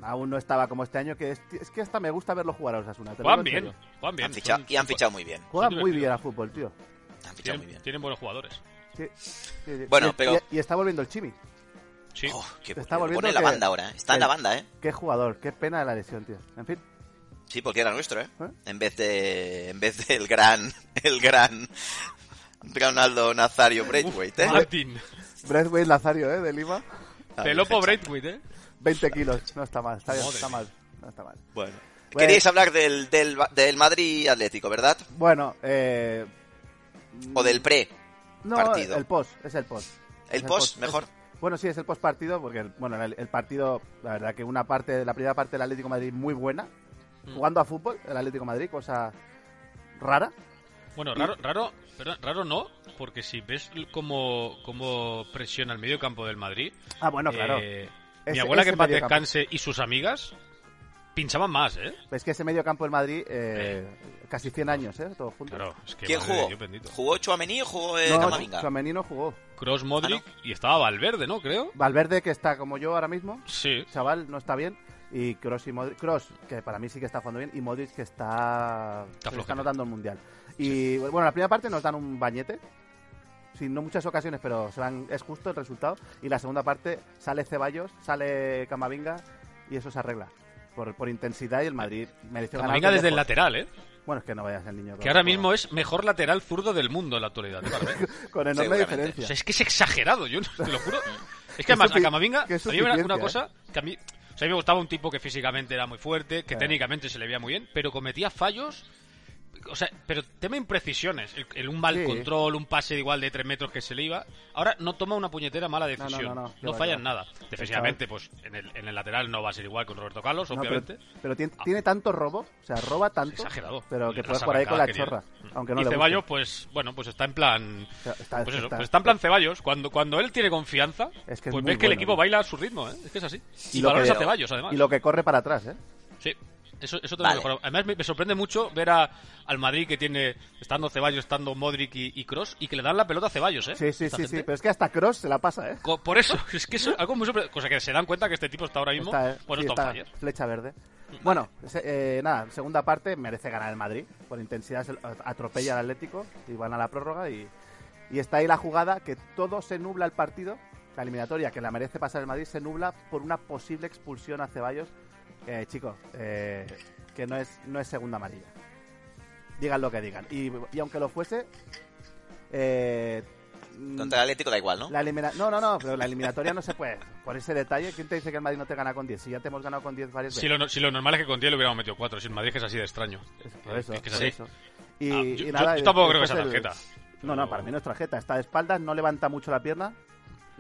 [SPEAKER 3] aún no estaba como este año, que es, es que hasta me gusta verlo jugar a Osasuna. te lo
[SPEAKER 4] Juegan
[SPEAKER 3] digo en
[SPEAKER 4] bien,
[SPEAKER 3] serio.
[SPEAKER 4] juegan bien.
[SPEAKER 1] Han fichado-
[SPEAKER 4] Son-
[SPEAKER 1] y han fichado muy bien.
[SPEAKER 3] Juega muy
[SPEAKER 4] divertido.
[SPEAKER 3] bien al fútbol, tío.
[SPEAKER 1] Han fichado muy
[SPEAKER 4] Tienen,
[SPEAKER 1] bien.
[SPEAKER 4] tienen buenos jugadores.
[SPEAKER 3] Sí, sí, sí.
[SPEAKER 1] Bueno,
[SPEAKER 3] Y-
[SPEAKER 1] pero-
[SPEAKER 3] y, y está volviendo el Chimi.
[SPEAKER 4] Sí.
[SPEAKER 1] Oh, qué
[SPEAKER 3] Te está
[SPEAKER 1] bueno.
[SPEAKER 3] volviendo
[SPEAKER 1] Pone la
[SPEAKER 3] que-
[SPEAKER 1] banda ahora. ¿eh? Está en
[SPEAKER 3] que-
[SPEAKER 1] la banda, ¿eh?
[SPEAKER 3] Qué jugador, qué pena de la lesión, tío. En fin,
[SPEAKER 1] Sí, porque era nuestro, ¿eh?
[SPEAKER 3] ¿Eh?
[SPEAKER 1] En vez de en vez del gran el gran Ronaldo Nazario Braithwaite, ¿eh?
[SPEAKER 4] Martín.
[SPEAKER 3] Breathway Lazario, ¿eh? De Lima.
[SPEAKER 1] Ah,
[SPEAKER 4] Te lopo
[SPEAKER 1] perfecto.
[SPEAKER 4] Braithwaite, ¿eh?
[SPEAKER 3] 20 kilos. No está mal, está, bien,
[SPEAKER 4] Madre
[SPEAKER 3] está
[SPEAKER 4] mía.
[SPEAKER 3] mal. No está mal.
[SPEAKER 1] Bueno.
[SPEAKER 3] Bueno.
[SPEAKER 1] Queríais hablar del, del, del Madrid Atlético, ¿verdad?
[SPEAKER 3] Bueno, eh...
[SPEAKER 1] O del pre.
[SPEAKER 3] No,
[SPEAKER 1] partido.
[SPEAKER 3] el post, es el post.
[SPEAKER 1] El
[SPEAKER 3] Pues Es
[SPEAKER 1] post, mejor.
[SPEAKER 3] Es- bueno, sí, es el post partido, porque el- bueno, el, el partido, la verdad que una parte, la primera parte del
[SPEAKER 4] Mm.
[SPEAKER 3] Atlético de Madrid muy buena, jugando a fútbol, el Atlético de Madrid, cosa rara.
[SPEAKER 4] Bueno, raro,
[SPEAKER 1] Mm.
[SPEAKER 4] raro, pero raro no, porque si ves cómo, cómo presiona el medio campo del Madrid,
[SPEAKER 3] Ah, bueno, claro.
[SPEAKER 4] eh, mi
[SPEAKER 3] Ese-
[SPEAKER 4] abuela
[SPEAKER 3] ese
[SPEAKER 4] que en paz
[SPEAKER 3] medio campo.
[SPEAKER 4] descanse y sus amigas pinchaban más, ¿eh?
[SPEAKER 3] Es que ese medio campo del Madrid, eh, casi 100 años, ¿eh? Todos juntos.
[SPEAKER 4] Claro, es que
[SPEAKER 1] ¿Quién
[SPEAKER 4] madre de
[SPEAKER 1] jugó?
[SPEAKER 4] Dios bendito.
[SPEAKER 1] ¿Jugó Chuamení o jugó eh,
[SPEAKER 3] No,
[SPEAKER 1] Camavinga?
[SPEAKER 3] Tchouaméni no jugó.
[SPEAKER 1] Ah,
[SPEAKER 4] Cross Modric y estaba Valverde, ¿no? Creo.
[SPEAKER 3] Valverde, que está como yo ahora mismo,
[SPEAKER 4] Sí.
[SPEAKER 3] chaval, no está bien. Y Cross y Modric. Cross, que para mí sí que está jugando bien. Y Modric, que está.
[SPEAKER 4] Está
[SPEAKER 3] se le
[SPEAKER 4] flojete.
[SPEAKER 3] está notando el mundial. Y bueno, la primera parte nos dan un bañete. Sí, no muchas ocasiones, pero se van- es justo el resultado. Y la segunda parte sale Ceballos, sale Camavinga. Y eso se arregla. Por, por intensidad y el Madrid mereció ganar.
[SPEAKER 4] Camavinga
[SPEAKER 3] de
[SPEAKER 4] desde el
[SPEAKER 3] lejos.
[SPEAKER 4] lateral, ¿eh?
[SPEAKER 3] Bueno, es que no vayas el niño.
[SPEAKER 4] Que ahora mismo es mejor lateral zurdo del mundo en la actualidad. ¿eh? Valverde.
[SPEAKER 3] Con enorme
[SPEAKER 1] Seguramente.
[SPEAKER 4] O
[SPEAKER 3] diferencia.
[SPEAKER 4] sea, es que es exagerado, yo no- te lo juro. Es que además, a
[SPEAKER 3] sufi-
[SPEAKER 4] Camavinga,
[SPEAKER 3] qué
[SPEAKER 4] a mí me da una
[SPEAKER 3] suficiencia, ¿eh?
[SPEAKER 4] cosa que a mí, o sea, a mí me gustaba un tipo que físicamente era muy fuerte, que
[SPEAKER 3] Claro.
[SPEAKER 4] técnicamente se le veía muy bien, pero cometía fallos. O sea, pero tema imprecisiones, el, el- un mal
[SPEAKER 3] Sí.
[SPEAKER 4] control, un pase de igual de tres metros que se le iba. Ahora no toma una puñetera mala
[SPEAKER 3] no,
[SPEAKER 4] decisión, no,
[SPEAKER 3] no, no, lleva,
[SPEAKER 4] falla en
[SPEAKER 3] lleva.
[SPEAKER 4] nada. Defensivamente, pues en el, en el lateral no va a ser igual con Roberto Carlos,
[SPEAKER 3] No, pero
[SPEAKER 4] obviamente.
[SPEAKER 3] pero tiene, tiene tanto robo, o sea, roba tanto,
[SPEAKER 4] Ah. Exagerado.
[SPEAKER 3] pero que
[SPEAKER 4] Las
[SPEAKER 3] puede por ahí con la chorra,
[SPEAKER 4] arrancadas que tiene.
[SPEAKER 3] aunque no
[SPEAKER 4] Mm. y
[SPEAKER 3] le guste.
[SPEAKER 4] Ceballos, pues, bueno, pues está en plan.
[SPEAKER 3] Está- está-
[SPEAKER 4] pues eso,
[SPEAKER 3] está-
[SPEAKER 4] pues está en plan Ceballos. Cuando, cuando él tiene confianza,
[SPEAKER 3] Es que es
[SPEAKER 4] pues
[SPEAKER 3] muy
[SPEAKER 4] ves que el
[SPEAKER 3] bueno,
[SPEAKER 4] equipo
[SPEAKER 3] ¿no?
[SPEAKER 4] baila a su ritmo, ¿eh? Es que es así. Y,
[SPEAKER 3] lo que-
[SPEAKER 4] valores a Ceballos, además.
[SPEAKER 3] Y lo que corre para atrás, ¿eh?
[SPEAKER 4] Sí. Eso, eso
[SPEAKER 1] Vale.
[SPEAKER 4] también mejor. Además, me, me sorprende mucho ver a, al Madrid que tiene, estando Ceballos, estando Modric y, Cross, y que le dan la pelota a Ceballos, ¿eh?
[SPEAKER 3] Sí, sí,
[SPEAKER 4] Esta
[SPEAKER 3] sí,
[SPEAKER 4] gente.
[SPEAKER 3] sí, pero es que hasta Cross se la pasa, ¿eh?
[SPEAKER 4] Co- Por eso, es que eso algo muy sorprendente. Cosa que se dan cuenta que este tipo está ahora mismo.
[SPEAKER 3] Está, eh,
[SPEAKER 4] bueno,
[SPEAKER 3] sí,
[SPEAKER 4] está,
[SPEAKER 3] está flecha verde.
[SPEAKER 4] Mm.
[SPEAKER 3] Bueno, se- eh, nada, segunda parte merece ganar el Madrid. Por intensidad se lo- atropella al Atlético y van a la prórroga y, y está ahí la jugada que todo se nubla el partido. La eliminatoria que la merece pasar el Madrid se nubla por una posible expulsión a Ceballos. Eh, chicos, eh, que no es, no es segunda amarilla. Digan lo que digan. Y, y aunque lo fuese... Eh, mm,
[SPEAKER 1] Contra el Atlético da igual, ¿no?
[SPEAKER 3] la elimina- No, no, no, pero la eliminatoria no se puede. Por ese detalle, ¿quién te dice que el Madrid no te gana con 10? Si ya te hemos ganado con 10 varias
[SPEAKER 4] Si
[SPEAKER 3] veces.
[SPEAKER 4] lo, no- si lo normal es que con 10 le hubiéramos metido 4, si el Madrid que es así de extraño.
[SPEAKER 3] Por eso,
[SPEAKER 4] es que es
[SPEAKER 3] por
[SPEAKER 4] así.
[SPEAKER 3] eso. Y,
[SPEAKER 4] Ah, yo-
[SPEAKER 3] y nada,
[SPEAKER 4] yo- yo tampoco creo que
[SPEAKER 3] después
[SPEAKER 4] sea
[SPEAKER 3] el-
[SPEAKER 4] tarjeta.
[SPEAKER 3] No, no,
[SPEAKER 4] pero-
[SPEAKER 3] para mí no es tarjeta. Está de espaldas, no levanta mucho la pierna,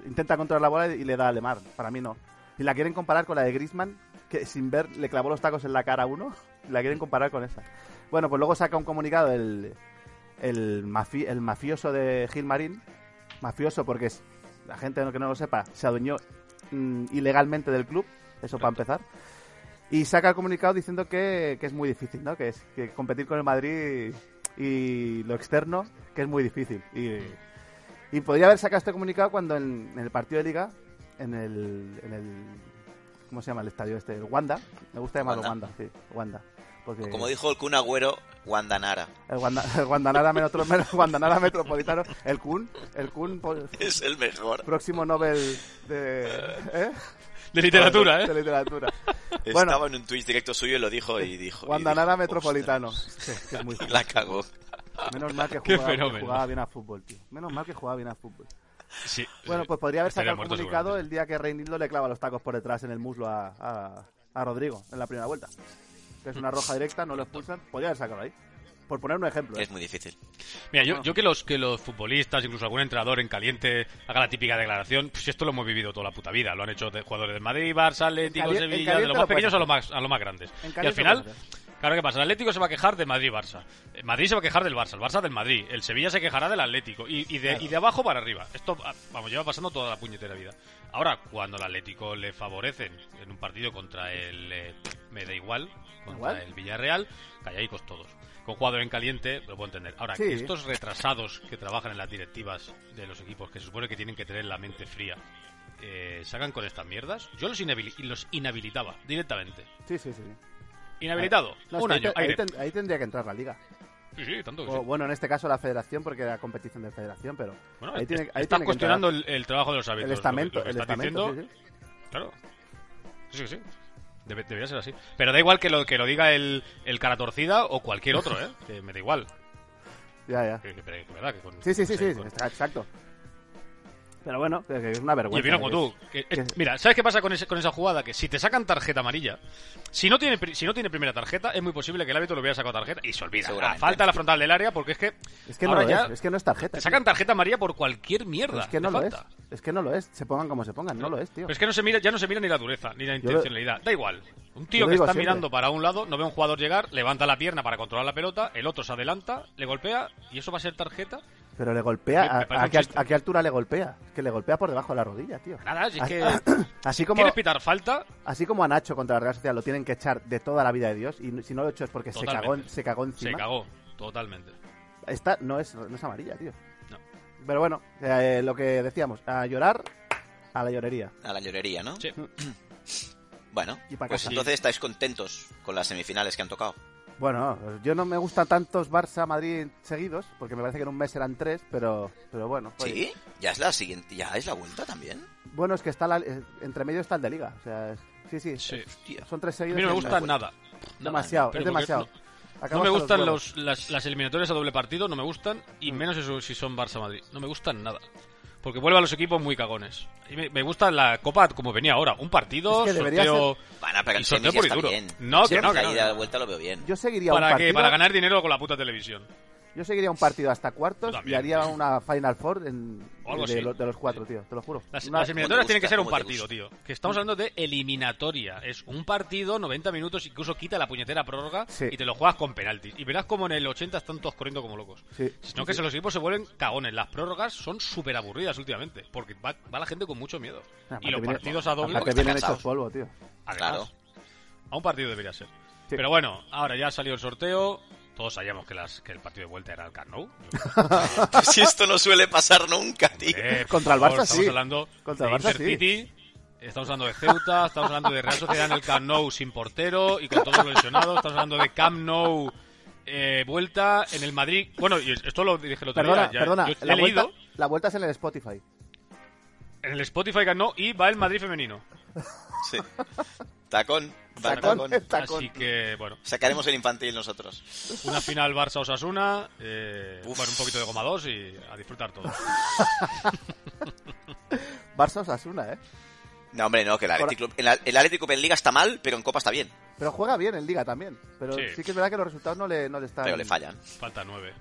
[SPEAKER 3] intenta controlar la bola y, y le da a Lemar. Para mí no. Y la quieren comparar con la de Griezmann, que sin ver le clavó los tacos en la cara a uno. La quieren comparar con esa. Bueno, pues luego saca un comunicado el, el, mafi- el mafioso de Gilmarín. Mafioso porque es, la gente que no lo sepa se adueñó mm, ilegalmente del club. Eso para empezar. Y saca el comunicado diciendo que, que es muy difícil, ¿no? Que, es, que competir con el Madrid y lo externo, que es muy difícil. Y, y podría haber sacado este comunicado cuando en, en el partido de Liga, en el, en el... ¿Cómo se llama el estadio este? El Wanda. Me gusta llamarlo
[SPEAKER 1] Wanda.
[SPEAKER 3] Wanda, sí. Wanda. Porque
[SPEAKER 1] Como dijo el Kun Agüero, Guandanara.
[SPEAKER 3] el, Wanda- el Guandanara, Menotro- Men- Guandanara Metropolitano, el Kun, el Kun, pues, po-
[SPEAKER 1] Es el mejor.
[SPEAKER 3] próximo Nobel de, ¿eh?
[SPEAKER 4] De literatura,
[SPEAKER 3] de
[SPEAKER 4] ¿eh?
[SPEAKER 3] literatura.
[SPEAKER 1] Estaba en un Twitch directo suyo y lo dijo y dijo. y
[SPEAKER 3] Guandanara
[SPEAKER 1] dijo,
[SPEAKER 3] Metropolitano. Sí, que es muy
[SPEAKER 1] "Hostia". La cagó.
[SPEAKER 3] Menos mal que
[SPEAKER 4] Qué
[SPEAKER 3] jugaba, que
[SPEAKER 4] fenómeno.
[SPEAKER 3] jugaba bien a fútbol, tío. Menos mal que jugaba bien a fútbol.
[SPEAKER 4] Sí.
[SPEAKER 3] Bueno, pues podría haber
[SPEAKER 4] Estaría
[SPEAKER 3] sacado el
[SPEAKER 4] muerto
[SPEAKER 3] comunicado
[SPEAKER 4] seguramente.
[SPEAKER 3] el día que Reinildo le clava los tacos por detrás en el muslo a, a- a Rodrigo en la primera vuelta. Que es una roja directa, no lo expulsan. Podría haber sacado ahí. Por poner un ejemplo. ¿eh?
[SPEAKER 1] Es muy difícil.
[SPEAKER 4] Mira,
[SPEAKER 3] Ah.
[SPEAKER 4] yo, yo que los que los futbolistas, incluso algún entrenador en caliente, haga la típica declaración, pues esto lo hemos vivido toda la puta vida. Lo han hecho de jugadores del Madrid, Barça, Atlético,
[SPEAKER 3] En calien- en
[SPEAKER 4] Sevilla, de
[SPEAKER 3] caliente
[SPEAKER 4] los
[SPEAKER 3] lo puedes
[SPEAKER 4] más pequeños a
[SPEAKER 3] hacer.
[SPEAKER 4] los más, a los más grandes.
[SPEAKER 3] En
[SPEAKER 4] Y al
[SPEAKER 3] caliente
[SPEAKER 4] final,
[SPEAKER 3] lo puedes
[SPEAKER 4] claro que pasa, el Atlético se va a quejar de Madrid-Barça. El Madrid se va a quejar del Barça, el Barça del Madrid. El Sevilla se quejará del Atlético. Y, y de, y de abajo para arriba. Esto, ah, vamos, lleva pasando toda la puñetera vida. Ahora, cuando el Atlético le favorecen en un partido contra el... eh, me da igual, contra
[SPEAKER 3] Igual.
[SPEAKER 4] el Villarreal, callaicos todos. Con jugador en caliente, lo puedo entender. Ahora,
[SPEAKER 3] Sí.
[SPEAKER 4] que estos retrasados que trabajan en las directivas de los equipos, que se supone que tienen que tener la mente fría, eh, sacan con estas mierdas, yo los, inhabili- los inhabilitaba directamente.
[SPEAKER 3] Sí, sí, sí.
[SPEAKER 4] Inhabilitado,
[SPEAKER 3] No, es
[SPEAKER 4] un
[SPEAKER 3] que
[SPEAKER 4] año,
[SPEAKER 3] ahí, te- ahí
[SPEAKER 4] aire.
[SPEAKER 3] ten- ahí tendría que entrar la liga.
[SPEAKER 4] Sí, sí, tanto que
[SPEAKER 3] O,
[SPEAKER 4] sí.
[SPEAKER 3] bueno, en este caso la federación, porque era competición de federación, pero.
[SPEAKER 4] Bueno,
[SPEAKER 3] ahí
[SPEAKER 4] es-
[SPEAKER 3] tiene, ahí
[SPEAKER 4] estás
[SPEAKER 3] tiene que
[SPEAKER 4] cuestionando
[SPEAKER 3] entrar
[SPEAKER 4] el, el trabajo de los árbitros.
[SPEAKER 3] el estamento.
[SPEAKER 4] Lo que,
[SPEAKER 3] El
[SPEAKER 4] lo que estás
[SPEAKER 3] estamento,
[SPEAKER 4] diciendo,
[SPEAKER 3] sí, sí.
[SPEAKER 4] claro. Sí, sí, sí. Debe- debería ser así. Pero da igual que lo que lo diga el, el cara torcida o cualquier otro, ¿eh? que me da igual.
[SPEAKER 3] Ya, ya.
[SPEAKER 4] Que- que- que- que verdad, que con-
[SPEAKER 3] Sí, sí, sí,
[SPEAKER 4] no sé,
[SPEAKER 3] sí,
[SPEAKER 4] con-
[SPEAKER 3] está- exacto. Pero bueno, que- que es una
[SPEAKER 4] Y
[SPEAKER 3] vergüenza.
[SPEAKER 4] vieron como tú. que- eh, mira, ¿sabes qué pasa con, ese- con esa jugada? Que si te sacan tarjeta amarilla, si no, tiene, pri- si no tiene primera tarjeta, es muy posible que el árbitro le hubiera sacado tarjeta y se olvida. La
[SPEAKER 1] Seguramente.
[SPEAKER 4] falta a la frontal del área porque es que
[SPEAKER 3] Es que, no
[SPEAKER 4] ahora
[SPEAKER 3] lo
[SPEAKER 4] ya
[SPEAKER 3] es, es que no es tarjeta.
[SPEAKER 4] te
[SPEAKER 3] tío.
[SPEAKER 4] sacan tarjeta amarilla por cualquier mierda.
[SPEAKER 3] Es que no
[SPEAKER 4] de
[SPEAKER 3] lo
[SPEAKER 4] falta.
[SPEAKER 3] es. Es que no lo es, se pongan como se pongan, no lo es, tío.
[SPEAKER 4] Pero es que no se mira, ya no se mira ni la dureza, ni la
[SPEAKER 3] Yo lo-
[SPEAKER 4] intencionalidad. Da igual. Un tío
[SPEAKER 3] Yo lo
[SPEAKER 4] que
[SPEAKER 3] digo
[SPEAKER 4] está
[SPEAKER 3] siempre.
[SPEAKER 4] mirando para un lado, no ve a un jugador llegar, levanta la pierna para controlar la pelota, el otro se adelanta, le golpea y eso va a ser tarjeta.
[SPEAKER 3] Pero le
[SPEAKER 4] Me- me
[SPEAKER 3] golpea,
[SPEAKER 4] parece
[SPEAKER 3] a, a
[SPEAKER 4] un
[SPEAKER 3] qué, al-
[SPEAKER 4] chiste.
[SPEAKER 3] a qué altura le golpea? Es que le golpea por debajo de la rodilla, tío.
[SPEAKER 4] Nada, si es
[SPEAKER 3] Así-
[SPEAKER 4] que
[SPEAKER 3] Así como,
[SPEAKER 4] quieres pitar falta,
[SPEAKER 3] así como a Nacho contra la Real Sociedad lo tienen que echar de toda la vida de Dios, y no- si no lo he hecho es porque se
[SPEAKER 4] Totalmente.
[SPEAKER 3] cagó, en- se cagó
[SPEAKER 4] se
[SPEAKER 3] encima.
[SPEAKER 4] cagó totalmente.
[SPEAKER 3] Esta no es, no es amarilla, tío.
[SPEAKER 4] No.
[SPEAKER 3] Pero bueno, eh, lo que decíamos, a llorar, a la llorería.
[SPEAKER 1] A la llorería, ¿no?
[SPEAKER 4] Sí.
[SPEAKER 1] Bueno,
[SPEAKER 3] Y pa'
[SPEAKER 1] pues
[SPEAKER 3] casa.
[SPEAKER 1] entonces estáis contentos con las semifinales que han tocado.
[SPEAKER 3] Bueno, yo no me gustan tantos Barça Madrid seguidos, porque me parece que en un mes eran tres, pero, pero bueno. oye.
[SPEAKER 1] ¿Sí? ¿Ya es la siguiente? ¿Ya es la vuelta también?
[SPEAKER 3] Bueno, es que está la- eh, entre medio está el de Liga. O sea, es- sí, sí,
[SPEAKER 4] Sí.
[SPEAKER 1] Hostia.
[SPEAKER 3] Son tres
[SPEAKER 4] A
[SPEAKER 3] seguidos.
[SPEAKER 4] mí no me
[SPEAKER 3] que-
[SPEAKER 4] gusta nada.
[SPEAKER 3] Demasiado,
[SPEAKER 4] Pero
[SPEAKER 3] es
[SPEAKER 4] porque
[SPEAKER 3] demasiado.
[SPEAKER 4] no- No
[SPEAKER 3] Acabo
[SPEAKER 4] me
[SPEAKER 3] hasta
[SPEAKER 4] gustan
[SPEAKER 3] huevos. Mm.
[SPEAKER 4] los, las, las eliminatorias a doble partido, no me gustan, y menos eso si son Barça-Madrid. No me gustan nada. Porque vuelve a los equipos muy cagones. Y me, me gusta la Copa como venía ahora. Un partido,
[SPEAKER 3] Es que debería
[SPEAKER 4] sorteo...
[SPEAKER 1] Van a pegar
[SPEAKER 4] Y
[SPEAKER 1] el
[SPEAKER 4] sorteo
[SPEAKER 1] semis ya
[SPEAKER 4] puro y
[SPEAKER 1] está
[SPEAKER 4] duro.
[SPEAKER 1] bien.
[SPEAKER 4] No, que no, que no,
[SPEAKER 1] Ahí
[SPEAKER 4] que
[SPEAKER 1] de la
[SPEAKER 4] no.
[SPEAKER 1] vuelta lo veo bien.
[SPEAKER 3] Yo seguiría un
[SPEAKER 4] ¿Para
[SPEAKER 3] partido.
[SPEAKER 4] qué? Para ganar dinero con la puta televisión.
[SPEAKER 3] Yo seguiría un partido hasta cuartos
[SPEAKER 4] Yo
[SPEAKER 3] y
[SPEAKER 4] también.
[SPEAKER 3] haría una Final Four en,
[SPEAKER 4] O algo
[SPEAKER 3] de,
[SPEAKER 4] así.
[SPEAKER 3] lo- de los cuatro, tío. Te lo juro.
[SPEAKER 4] Las,
[SPEAKER 3] Una-
[SPEAKER 4] las em- eliminatorias
[SPEAKER 1] ¿Cómo te
[SPEAKER 4] tienen que
[SPEAKER 1] gusta?
[SPEAKER 4] ser un
[SPEAKER 1] ¿Cómo te
[SPEAKER 4] partido,
[SPEAKER 1] gusta?
[SPEAKER 4] tío. Que estamos hablando de eliminatoria. Es un partido, 90 minutos, incluso quita la puñetera prórroga
[SPEAKER 3] Sí.
[SPEAKER 4] y te lo juegas con penaltis. Y verás como en el 80 están todos corriendo como locos.
[SPEAKER 3] Sí.
[SPEAKER 4] Sino que se los equipos se vuelven cagones. Las prórrogas son súper aburridas últimamente. Porque va, va la gente con mucho miedo.
[SPEAKER 3] Aparte
[SPEAKER 4] y los
[SPEAKER 3] viene-
[SPEAKER 4] partidos a doble.
[SPEAKER 3] Aparte
[SPEAKER 1] están
[SPEAKER 3] vienen
[SPEAKER 1] cansados.
[SPEAKER 3] hechos polvo, tío.
[SPEAKER 4] Además,
[SPEAKER 1] Claro.
[SPEAKER 4] A un partido debería ser.
[SPEAKER 3] Sí.
[SPEAKER 4] Pero bueno, ahora ya ha salido el sorteo. Todos sabíamos que, las, que el partido de vuelta era el Camp Nou. Yo-
[SPEAKER 1] si esto no suele pasar nunca, tío.
[SPEAKER 4] Eh, por
[SPEAKER 3] Contra el
[SPEAKER 4] favor,
[SPEAKER 3] Barça,
[SPEAKER 4] estamos
[SPEAKER 3] sí.
[SPEAKER 4] hablando
[SPEAKER 3] Contra
[SPEAKER 4] de
[SPEAKER 3] el Barça,
[SPEAKER 4] Intercity, estamos hablando de Ceuta, estamos hablando de Real Sociedad en el Camp Nou sin portero y con todos los lesionados, estamos hablando de Camp Nou eh, vuelta en el Madrid. Bueno, y esto lo dije el otro
[SPEAKER 3] Perdona,
[SPEAKER 4] día. ya-
[SPEAKER 3] perdona.
[SPEAKER 4] yo he
[SPEAKER 3] La
[SPEAKER 4] leído
[SPEAKER 3] vuelta, la vuelta es en el Spotify.
[SPEAKER 4] en el Spotify Camp Nou y va el Madrid femenino.
[SPEAKER 1] Sí. Tacón. Va el
[SPEAKER 3] Tacón.
[SPEAKER 1] tacón.
[SPEAKER 3] Tacón.
[SPEAKER 4] Así que, bueno,
[SPEAKER 1] Sacaremos el infantil nosotros.
[SPEAKER 4] una final Barça-Osasuna, eh,
[SPEAKER 1] Uf.
[SPEAKER 4] bueno, un poquito de goma 2 y a disfrutar todos.
[SPEAKER 3] Barça Osasuna, ¿eh?
[SPEAKER 1] No, hombre, no, que el Athletic Club, el, el Athletic Club en Liga está mal, pero en Copa está bien.
[SPEAKER 3] Pero juega bien en Liga también. Pero sí,
[SPEAKER 4] Sí.
[SPEAKER 3] que es verdad que los resultados no le, no le están.
[SPEAKER 1] Pero le fallan.
[SPEAKER 4] Falta 9.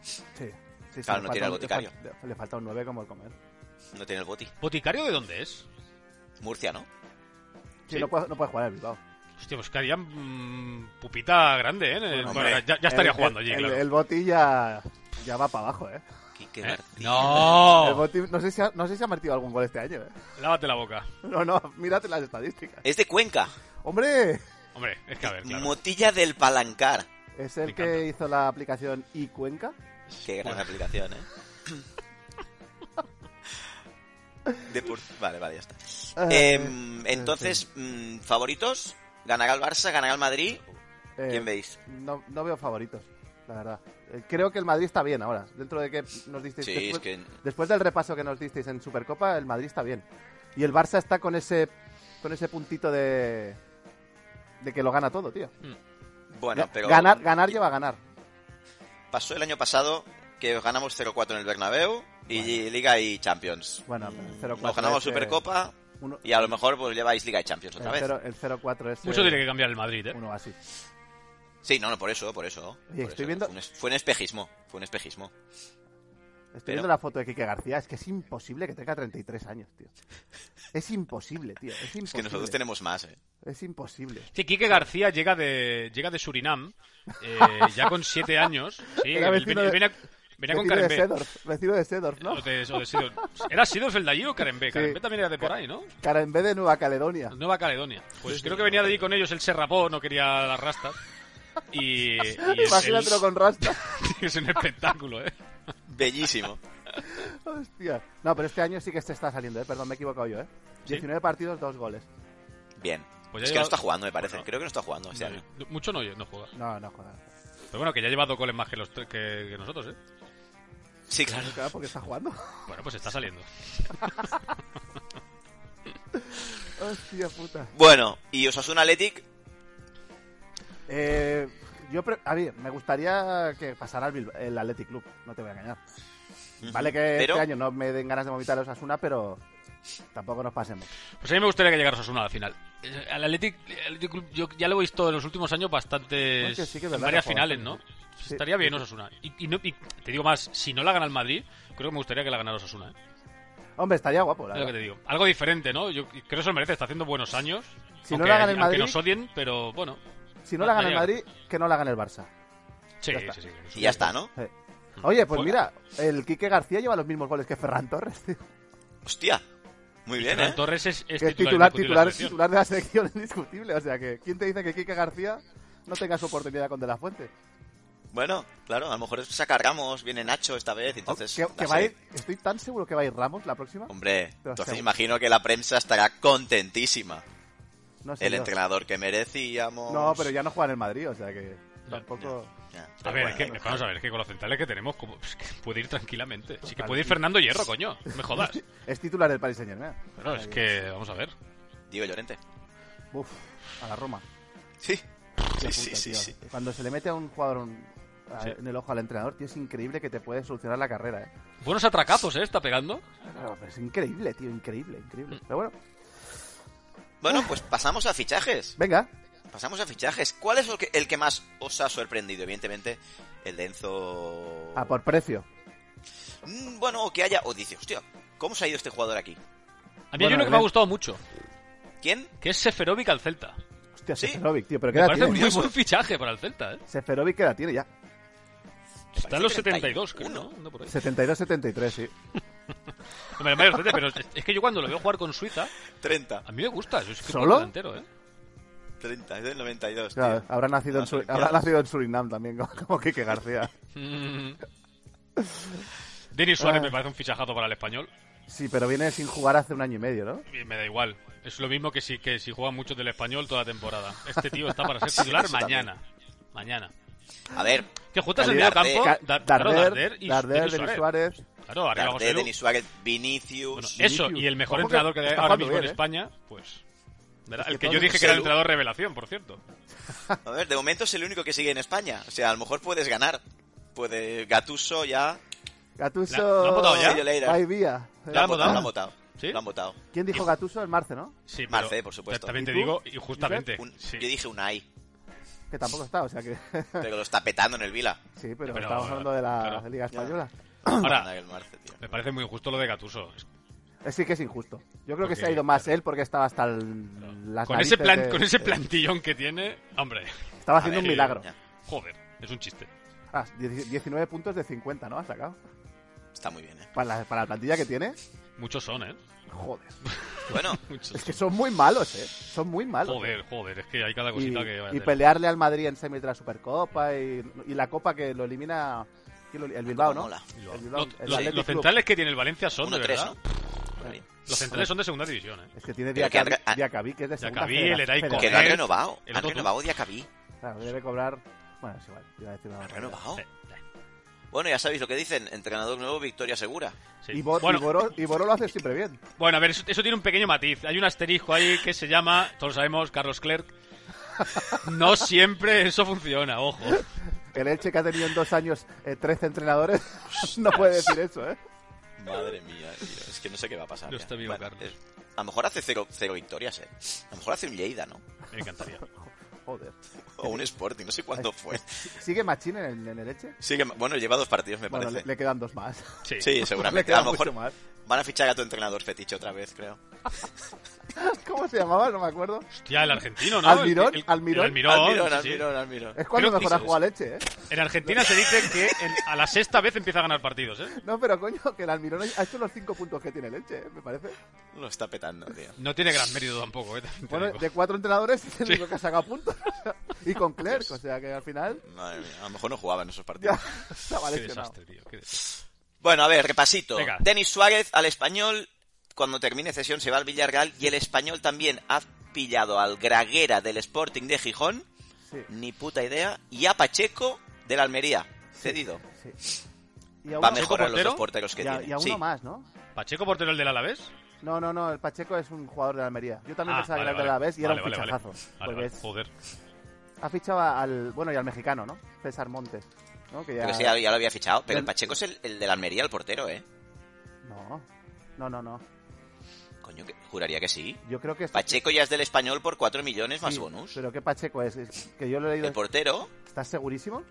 [SPEAKER 3] Sí. Sí, sí,
[SPEAKER 1] Claro,
[SPEAKER 3] le
[SPEAKER 1] no tiene
[SPEAKER 3] falta
[SPEAKER 1] el
[SPEAKER 3] un- le fal-
[SPEAKER 1] boticario.
[SPEAKER 3] Le, falta un 9 como el comer.
[SPEAKER 1] No tiene el boti.
[SPEAKER 4] ¿Boticario de dónde es?
[SPEAKER 1] Murcia, ¿no?
[SPEAKER 3] Sí,
[SPEAKER 4] Sí.
[SPEAKER 3] No, puede, no puede jugar el Bilbao.
[SPEAKER 4] Hostia, pues que harían mm, pupita grande, ¿eh? En el-
[SPEAKER 1] Hombre.
[SPEAKER 4] bueno, ya, ya estaría
[SPEAKER 3] El-
[SPEAKER 4] jugando
[SPEAKER 3] el-
[SPEAKER 4] allí,
[SPEAKER 3] el,
[SPEAKER 4] claro.
[SPEAKER 3] El Boti ya, ya va para abajo, ¿eh?
[SPEAKER 1] Quique
[SPEAKER 4] ¿Eh?
[SPEAKER 1] Martín.
[SPEAKER 4] No.
[SPEAKER 3] El Boti, no, sé si ha, no sé si ha metido algún gol este año, ¿eh?
[SPEAKER 4] Lávate la boca.
[SPEAKER 3] No, no, mírate las estadísticas.
[SPEAKER 1] Es de Cuenca.
[SPEAKER 3] ¡Hombre!
[SPEAKER 4] Hombre, es que a ver, claro.
[SPEAKER 1] Motilla del Palancar.
[SPEAKER 3] Es
[SPEAKER 4] Me
[SPEAKER 3] el
[SPEAKER 4] encanta.
[SPEAKER 3] que hizo la aplicación iCuenca.
[SPEAKER 1] Qué gran aplicación, ¿eh? De por- Vale, vale, ya está.
[SPEAKER 3] Ah,
[SPEAKER 1] Em,
[SPEAKER 3] eh,
[SPEAKER 1] entonces, mm, favoritos, ganará el Barça, ganará el Madrid.
[SPEAKER 3] Eh,
[SPEAKER 1] ¿Quién veis?
[SPEAKER 3] No, no veo favoritos, la verdad. Eh, Creo que el Madrid está bien ahora. Dentro de que nos disteis.
[SPEAKER 1] Sí,
[SPEAKER 3] después,
[SPEAKER 1] es que-
[SPEAKER 3] después del repaso que nos disteis en Supercopa, el Madrid está bien. Y el Barça está con ese, con ese puntito de. de que lo gana todo, tío.
[SPEAKER 1] Bueno,
[SPEAKER 3] Ga-
[SPEAKER 1] pero
[SPEAKER 3] ganar, ganar lleva a ganar.
[SPEAKER 1] pasó el año pasado que ganamos 0-4 en el Bernabéu y Liga y Champions.
[SPEAKER 3] Bueno, pero el 0-4
[SPEAKER 1] Nos ganamos
[SPEAKER 3] ese-
[SPEAKER 1] Supercopa
[SPEAKER 3] Uno-
[SPEAKER 1] y a lo mejor pues lleváis Liga y Champions otra
[SPEAKER 3] el
[SPEAKER 1] vez.
[SPEAKER 3] cero- el 0-4 es.
[SPEAKER 4] Mucho tiene que cambiar el Madrid, ¿eh?
[SPEAKER 3] Uno así.
[SPEAKER 1] Sí, no, no, por eso, por eso.
[SPEAKER 3] Oye,
[SPEAKER 1] por
[SPEAKER 3] estoy
[SPEAKER 1] eso.
[SPEAKER 3] viendo-
[SPEAKER 1] Fue un, es- fue un espejismo, fue un espejismo.
[SPEAKER 3] Estoy viendo la foto de Quique García. Es que es imposible que tenga 33 años, tío. Es imposible, tío. Es imposible.
[SPEAKER 1] Es que nosotros tenemos más, ¿eh?
[SPEAKER 3] Es imposible.
[SPEAKER 4] Sí, Quique García llega de, llega de Surinam, eh, ya con siete años. Sí,
[SPEAKER 3] Era
[SPEAKER 4] él
[SPEAKER 3] vecino
[SPEAKER 4] venía,
[SPEAKER 3] de-
[SPEAKER 4] venía- venía con
[SPEAKER 3] Vecino de
[SPEAKER 4] Karen B.
[SPEAKER 3] Sedorf, vecino de Sedorf, ¿no?
[SPEAKER 4] O de- o de Sidor. ¿Era Sidor el de allí o Karen B? Karen
[SPEAKER 3] Sí.
[SPEAKER 4] B también era de por ahí, ¿no?
[SPEAKER 3] Cara, en vez de Nueva Caledonia.
[SPEAKER 4] Nueva Caledonia. Pues creo que venía de allí con ellos, él se rapó, no quería las rastas. Y, y él-
[SPEAKER 3] Imagínatelo con Rasta.
[SPEAKER 4] es un espectáculo, ¿eh?
[SPEAKER 1] Bellísimo.
[SPEAKER 3] Hostia. No, pero este año sí que se está saliendo, ¿eh? Perdón, me he equivocado yo, ¿eh? 19 partidos, 2 goles.
[SPEAKER 1] Bien.
[SPEAKER 4] Pues ya
[SPEAKER 1] es que
[SPEAKER 4] lleva-
[SPEAKER 1] no está jugando, me parece.
[SPEAKER 4] Bueno.
[SPEAKER 1] Creo que no está jugando este año.
[SPEAKER 4] Mucho no, no juega.
[SPEAKER 3] No, no, joder.
[SPEAKER 4] Pero bueno, que ya ha llevado goles más que, los, tres- que, que nosotros, ¿eh?
[SPEAKER 1] Sí, claro.
[SPEAKER 3] Claro, porque está jugando.
[SPEAKER 4] Bueno, pues está saliendo.
[SPEAKER 3] Hostia puta.
[SPEAKER 1] Bueno, y Osasuna Athletic,
[SPEAKER 3] Eh, yo, pre- a ver, me gustaría que pasara el, Bilba- el Athletic Club, no te voy a engañar. Vale que
[SPEAKER 1] Pero-
[SPEAKER 3] este año no me den ganas de vomitar a Osasuna, pero tampoco nos pasemos.
[SPEAKER 4] Pues a mí me gustaría que llegara Osasuna a la final. Eh, Al Athletic, el Athletic Club, yo ya lo he visto en los últimos años
[SPEAKER 3] Pues
[SPEAKER 4] bastantes.
[SPEAKER 3] que sí que es
[SPEAKER 4] en
[SPEAKER 3] verdad
[SPEAKER 4] varias
[SPEAKER 3] que juega
[SPEAKER 4] finales, ¿no?
[SPEAKER 3] bastante. Sí.
[SPEAKER 4] Estaría bien Osasuna. Y, y no- y te digo más, si no la gana el Madrid, creo que me gustaría que la ganara Osasuna. ¿eh?
[SPEAKER 3] Hombre, estaría guapo, la
[SPEAKER 4] Es lo que
[SPEAKER 3] verdad.
[SPEAKER 4] te digo. Algo diferente, ¿no? Yo creo que se lo merece, está haciendo buenos años.
[SPEAKER 3] Si no
[SPEAKER 4] aunque,
[SPEAKER 3] la gana el Madrid-
[SPEAKER 4] aunque nos odien, pero bueno.
[SPEAKER 3] Si no la
[SPEAKER 4] No,
[SPEAKER 3] gana el
[SPEAKER 4] no
[SPEAKER 3] Madrid, que no la gane el Barça.
[SPEAKER 4] Sí,
[SPEAKER 3] Ya está.
[SPEAKER 4] sí, sí, sí.
[SPEAKER 1] Y ya está, ¿no?
[SPEAKER 3] Sí. Oye, pues mira,
[SPEAKER 4] Fuera.
[SPEAKER 3] el Quique García lleva los mismos goles que Ferran Torres, tío.
[SPEAKER 1] Hostia. Muy bien,
[SPEAKER 4] Ferran
[SPEAKER 1] ¿eh?
[SPEAKER 4] Torres es, es
[SPEAKER 3] Que es
[SPEAKER 4] titular,
[SPEAKER 3] titular,
[SPEAKER 4] indiscutible
[SPEAKER 3] titular,
[SPEAKER 4] de la selección.
[SPEAKER 3] titular de la selección indiscutible. O sea que, ¿quién te dice que Quique García no tenga su oportunidad con De La Fuente?
[SPEAKER 1] Bueno, claro, a lo mejor saca Ramos, viene Nacho esta vez, entonces...
[SPEAKER 3] que, que
[SPEAKER 1] no
[SPEAKER 3] Oh, va a
[SPEAKER 1] sé.
[SPEAKER 3] ir, estoy tan seguro que va a ir Ramos la próxima.
[SPEAKER 1] Hombre,
[SPEAKER 3] Pero
[SPEAKER 1] entonces
[SPEAKER 3] seguro.
[SPEAKER 1] imagino que la prensa estará contentísima.
[SPEAKER 3] No sé
[SPEAKER 1] El
[SPEAKER 3] yo.
[SPEAKER 1] entrenador que merecíamos...
[SPEAKER 3] No, pero ya no juega en el Madrid, o sea que
[SPEAKER 4] Ya,
[SPEAKER 3] tampoco.
[SPEAKER 1] Ya, pero
[SPEAKER 4] A ver,
[SPEAKER 1] bueno,
[SPEAKER 4] es que,
[SPEAKER 1] no.
[SPEAKER 4] vamos a ver, es que con los centrales que tenemos, como, es que puede ir tranquilamente. Sí que
[SPEAKER 3] Total.
[SPEAKER 4] puede ir Fernando Hierro, coño. No me jodas.
[SPEAKER 3] Es titular del Paris Saint Germain.
[SPEAKER 4] Pero es que, vamos a ver.
[SPEAKER 1] Diego Llorente.
[SPEAKER 3] Uf, a la Roma.
[SPEAKER 1] Sí.
[SPEAKER 3] Qué
[SPEAKER 1] Sí, sí,
[SPEAKER 3] puta,
[SPEAKER 1] sí,
[SPEAKER 3] tío.
[SPEAKER 1] sí.
[SPEAKER 3] Cuando se le mete a un jugador un- a-
[SPEAKER 4] Sí.
[SPEAKER 3] en el ojo al entrenador, tío, es increíble que te puede solucionar la carrera, ¿eh?
[SPEAKER 4] Buenos atracazos, ¿eh? Está pegando.
[SPEAKER 3] Claro, pero es increíble, tío, increíble,
[SPEAKER 1] Mm.
[SPEAKER 3] increíble. Pero bueno,
[SPEAKER 1] Bueno, pues pasamos a fichajes.
[SPEAKER 3] venga.
[SPEAKER 1] Pasamos a fichajes. ¿Cuál es el que, el que más os ha sorprendido? Evidentemente, el de Enzo...
[SPEAKER 3] A por precio.
[SPEAKER 1] Mm, Bueno, o que haya... O dice, hostia, ¿cómo se ha ido este jugador aquí?
[SPEAKER 4] A mí hay
[SPEAKER 3] Bueno,
[SPEAKER 4] uno que me ha
[SPEAKER 3] Glenn.
[SPEAKER 4] gustado mucho,
[SPEAKER 1] ¿Quién?
[SPEAKER 4] que es Seferovic al Celta.
[SPEAKER 3] Hostia,
[SPEAKER 1] Sí.
[SPEAKER 3] Seferovic, tío, pero ¿qué
[SPEAKER 4] Me
[SPEAKER 3] edad
[SPEAKER 4] parece un
[SPEAKER 3] tiene?
[SPEAKER 4] muy
[SPEAKER 1] curioso.
[SPEAKER 4] buen fichaje para el Celta, ¿eh?
[SPEAKER 3] Seferovic, ¿qué edad tiene ya?
[SPEAKER 4] Está en los
[SPEAKER 1] 31,
[SPEAKER 4] 72, creo, ¿no? Anda por ahí.
[SPEAKER 3] 72-73, sí.
[SPEAKER 4] Hombre, el mayor Celta, pero es- es que yo cuando lo veo jugar con Suiza,
[SPEAKER 1] 30.
[SPEAKER 4] a mí me gusta. Es que
[SPEAKER 3] ¿Solo?
[SPEAKER 4] delantero, ¿eh?
[SPEAKER 1] 30, es del 92, tío.
[SPEAKER 3] Claro, habrá nacido, en
[SPEAKER 1] Las
[SPEAKER 3] Suri-
[SPEAKER 1] Olimpiadas.
[SPEAKER 3] habrá nacido en Surinam también, como, como Quique García.
[SPEAKER 4] Mm. Denis Suárez
[SPEAKER 3] Ah.
[SPEAKER 4] me parece un fichajazo para el español.
[SPEAKER 3] Sí, pero viene sin jugar hace un año y medio, ¿no?
[SPEAKER 4] Y Me da igual. Es lo mismo que si, que si juegan muchos del español toda la temporada. Este tío está para ser titular
[SPEAKER 1] eso también.
[SPEAKER 4] mañana. Mañana.
[SPEAKER 1] A ver,
[SPEAKER 4] Que juntas el medio
[SPEAKER 1] Calidad de-
[SPEAKER 4] campo,
[SPEAKER 3] eh, Ca-
[SPEAKER 4] Da- claro,
[SPEAKER 3] Darder,
[SPEAKER 4] Darder y
[SPEAKER 3] Darder,
[SPEAKER 4] Denis
[SPEAKER 3] Denis
[SPEAKER 4] Suárez.
[SPEAKER 3] Suárez.
[SPEAKER 4] Claro, arriba José
[SPEAKER 1] Garcés,
[SPEAKER 4] Lu.
[SPEAKER 1] Denis Suárez,
[SPEAKER 4] Bueno,
[SPEAKER 1] Vinicius...
[SPEAKER 4] eso, y el mejor
[SPEAKER 3] Ojo que
[SPEAKER 4] entrenador que, hay
[SPEAKER 3] está
[SPEAKER 4] ahora
[SPEAKER 3] jugando
[SPEAKER 4] mismo en
[SPEAKER 3] bien, ¿eh?
[SPEAKER 4] España, pues... verá,
[SPEAKER 3] Es que
[SPEAKER 4] el que
[SPEAKER 3] todo
[SPEAKER 4] yo
[SPEAKER 3] es
[SPEAKER 4] dije que
[SPEAKER 1] José
[SPEAKER 4] era el
[SPEAKER 1] Lu.
[SPEAKER 4] entrenador revelación, por cierto.
[SPEAKER 1] A ver, de momento es el único que sigue en España. O sea, a lo mejor puedes ganar. Puede Gatuso ya.
[SPEAKER 3] Gatuso.
[SPEAKER 4] ¿La- la han votado ya?
[SPEAKER 1] See you later.
[SPEAKER 3] Bye, vía. Eh,
[SPEAKER 4] ¿La han votado?
[SPEAKER 1] Lo han votado.
[SPEAKER 4] ¿Sí?
[SPEAKER 1] Lo han votado.
[SPEAKER 3] ¿Quién dijo Gatuso? El Marce, ¿no?
[SPEAKER 4] Sí, pero
[SPEAKER 1] Marce, por supuesto.
[SPEAKER 4] También te
[SPEAKER 3] ¿Y tú?
[SPEAKER 4] digo, y justamente...
[SPEAKER 1] Un-
[SPEAKER 4] sí.
[SPEAKER 1] Yo dije un ay,
[SPEAKER 3] Que tampoco está, o sea que.
[SPEAKER 1] pero lo está petando en el Vila.
[SPEAKER 3] sí, pero,
[SPEAKER 4] Pero,
[SPEAKER 3] estamos hablando de la
[SPEAKER 4] claro.
[SPEAKER 3] Liga Española.
[SPEAKER 4] Ahora,
[SPEAKER 1] Anda, el Marce, tío.
[SPEAKER 4] me parece muy injusto lo de Gatuso.
[SPEAKER 3] Eh, Sí que es injusto. Yo creo que
[SPEAKER 4] Porque-
[SPEAKER 3] se ha ido más él porque estaba hasta el, las
[SPEAKER 4] Con ese,
[SPEAKER 3] narices
[SPEAKER 4] plan,
[SPEAKER 3] de-
[SPEAKER 4] con ese plantillón que tiene, hombre,
[SPEAKER 3] Estaba
[SPEAKER 1] A
[SPEAKER 3] haciendo
[SPEAKER 1] ver,
[SPEAKER 3] un milagro.
[SPEAKER 1] ya.
[SPEAKER 4] joder, es un chiste.
[SPEAKER 3] Ah, 10 19 puntos de 50, ¿no? Ha sacado.
[SPEAKER 1] Está muy bien, ¿eh?
[SPEAKER 3] Para la, para la plantilla que tiene.
[SPEAKER 4] Muchos son, ¿eh?
[SPEAKER 3] Joder.
[SPEAKER 1] Bueno,
[SPEAKER 4] Muchos
[SPEAKER 3] Es que son muy malos, ¿eh? Son muy malos. ¿eh?
[SPEAKER 4] Joder, joder, es que hay cada
[SPEAKER 3] Y,
[SPEAKER 4] cosita que... vaya
[SPEAKER 3] y
[SPEAKER 4] tela.
[SPEAKER 3] pelearle al Madrid en semis de la Supercopa y, y la Copa que lo elimina ¿quién lo- el Bilbao, ¿no?
[SPEAKER 1] mola.
[SPEAKER 4] Y lo-
[SPEAKER 3] El Bilbao-
[SPEAKER 4] lo-
[SPEAKER 3] el
[SPEAKER 4] lo-
[SPEAKER 3] Athletic
[SPEAKER 4] los
[SPEAKER 3] Club.
[SPEAKER 4] centrales que tiene el Valencia son, de
[SPEAKER 1] 1-3,
[SPEAKER 4] verdad.
[SPEAKER 1] ¿no? Está bien.
[SPEAKER 4] Los centrales son de segunda división, ¿eh?
[SPEAKER 3] Es que tiene
[SPEAKER 1] Pero que
[SPEAKER 3] Diacabí,
[SPEAKER 1] han-
[SPEAKER 3] Diacabí, que es de segunda
[SPEAKER 4] Diacabí, el
[SPEAKER 3] federación. Federación.
[SPEAKER 4] Heraico.
[SPEAKER 1] Que lo han
[SPEAKER 4] Eh,
[SPEAKER 1] renovado.
[SPEAKER 4] el
[SPEAKER 1] Han
[SPEAKER 4] Totu.
[SPEAKER 1] renovado Diacabí.
[SPEAKER 3] Claro, debe cobrar... Bueno, es igual. Iba a decir una
[SPEAKER 1] Han
[SPEAKER 3] barbaridad.
[SPEAKER 1] renovado.
[SPEAKER 4] Sí,
[SPEAKER 1] Bueno, ya sabéis lo que dicen. Entrenador nuevo, victoria segura.
[SPEAKER 4] sí.
[SPEAKER 3] Y, Bo-
[SPEAKER 4] bueno,
[SPEAKER 3] y Boró, y Boró lo hace siempre bien.
[SPEAKER 4] bueno, a ver, eso, eso tiene un pequeño matiz. Hay un asterisco ahí que se llama, todos sabemos, Carlos Clerc. No siempre eso funciona, ojo.
[SPEAKER 3] El Elche que ha tenido en dos años eh, 13 entrenadores no puede decir eso, ¿eh?
[SPEAKER 1] Madre mía, tío. Es que no sé qué va a pasar.
[SPEAKER 4] No
[SPEAKER 1] ya.
[SPEAKER 4] está vivo, Carlos.
[SPEAKER 1] eh, A lo mejor hace cero, cero victorias, ¿eh? A lo mejor hace un Lleida, ¿no?
[SPEAKER 4] Me encantaría.
[SPEAKER 3] Joder.
[SPEAKER 1] O un Sporting, no sé cuándo fue.
[SPEAKER 3] ¿Sigue Machín en el, en el Elche?
[SPEAKER 1] Sí, que- bueno, lleva dos partidos, me
[SPEAKER 3] Bueno,
[SPEAKER 1] parece.
[SPEAKER 3] le, le quedan dos más.
[SPEAKER 4] Sí.
[SPEAKER 1] Sí,
[SPEAKER 3] Le
[SPEAKER 1] seguramente.
[SPEAKER 3] quedan
[SPEAKER 1] A lo mejor
[SPEAKER 3] mucho más.
[SPEAKER 1] van a fichar a tu entrenador fetiche otra vez, creo.
[SPEAKER 3] ¿Cómo se llamaba? No me acuerdo.
[SPEAKER 4] Hostia, el argentino, ¿no?
[SPEAKER 3] Almirón,
[SPEAKER 4] El- el-
[SPEAKER 3] Almirón.
[SPEAKER 4] el Almirón,
[SPEAKER 1] Almirón,
[SPEAKER 4] sí, sí.
[SPEAKER 1] Almirón, Almirón.
[SPEAKER 3] Es cuando
[SPEAKER 4] Creo que
[SPEAKER 3] mejor ha
[SPEAKER 4] sí,
[SPEAKER 3] jugado el Elche, ¿eh?
[SPEAKER 4] En Argentina se dice que en- a la sexta vez empieza a ganar partidos, ¿eh?
[SPEAKER 3] No, pero coño, que el Almirón ha hecho los cinco puntos que tiene el Elche, ¿eh? me parece.
[SPEAKER 1] Lo está petando, tío.
[SPEAKER 4] No tiene gran mérito tampoco, ¿eh? También te
[SPEAKER 3] Bueno,
[SPEAKER 4] digo.
[SPEAKER 3] de cuatro entrenadores es el único que ha sacado puntos. y con Clerc, o sea que al final
[SPEAKER 1] Madre mía, a lo mejor no jugaba en esos partidos.
[SPEAKER 3] ya estaba
[SPEAKER 4] Qué
[SPEAKER 3] lesionado.
[SPEAKER 4] desastre, tío. qué desastre.
[SPEAKER 1] Bueno, a ver, repasito.
[SPEAKER 4] Venga.
[SPEAKER 1] Denis Suárez al español. Cuando termine cesión se va al Villarreal. Y el español también ha pillado al Graguera del Sporting de Gijón.
[SPEAKER 3] Sí,
[SPEAKER 1] Ni puta idea. Y a Pacheco del Almería. Cedido.
[SPEAKER 3] sí. Y a
[SPEAKER 1] Va a
[SPEAKER 3] uno-
[SPEAKER 1] mejorar los
[SPEAKER 4] portero?
[SPEAKER 1] dos porteros que
[SPEAKER 3] y a-
[SPEAKER 1] tiene.
[SPEAKER 3] y a uno
[SPEAKER 1] Sí.
[SPEAKER 3] más, ¿no?
[SPEAKER 4] Pacheco, portero el del Alavés.
[SPEAKER 3] No, no, no, el Pacheco es un jugador de la Almería. Yo también
[SPEAKER 4] Ah,
[SPEAKER 3] pensaba
[SPEAKER 4] vale,
[SPEAKER 3] que era
[SPEAKER 4] vale.
[SPEAKER 3] de la vez y era
[SPEAKER 4] Vale,
[SPEAKER 3] un
[SPEAKER 4] vale, vale.
[SPEAKER 3] fichajazo.
[SPEAKER 4] Vale,
[SPEAKER 3] porque
[SPEAKER 4] vale,
[SPEAKER 3] es-
[SPEAKER 4] Joder.
[SPEAKER 3] ha fichado al, bueno, y al mexicano, ¿no? César Montes. ¿no? Que ya...
[SPEAKER 1] Creo que sí, ya, ya lo había fichado. Pero el
[SPEAKER 3] Del-
[SPEAKER 1] Pacheco es el, el del Almería, el portero, ¿eh?
[SPEAKER 3] No, no, no, no.
[SPEAKER 1] Coño, que- juraría que sí.
[SPEAKER 3] Yo creo que es...
[SPEAKER 1] Pacheco ya es del español por 4 millones más
[SPEAKER 3] sí,
[SPEAKER 1] bonus.
[SPEAKER 3] Pero qué Pacheco es, Es que yo lo he leído.
[SPEAKER 1] El portero,
[SPEAKER 3] ¿Estás segurísimo?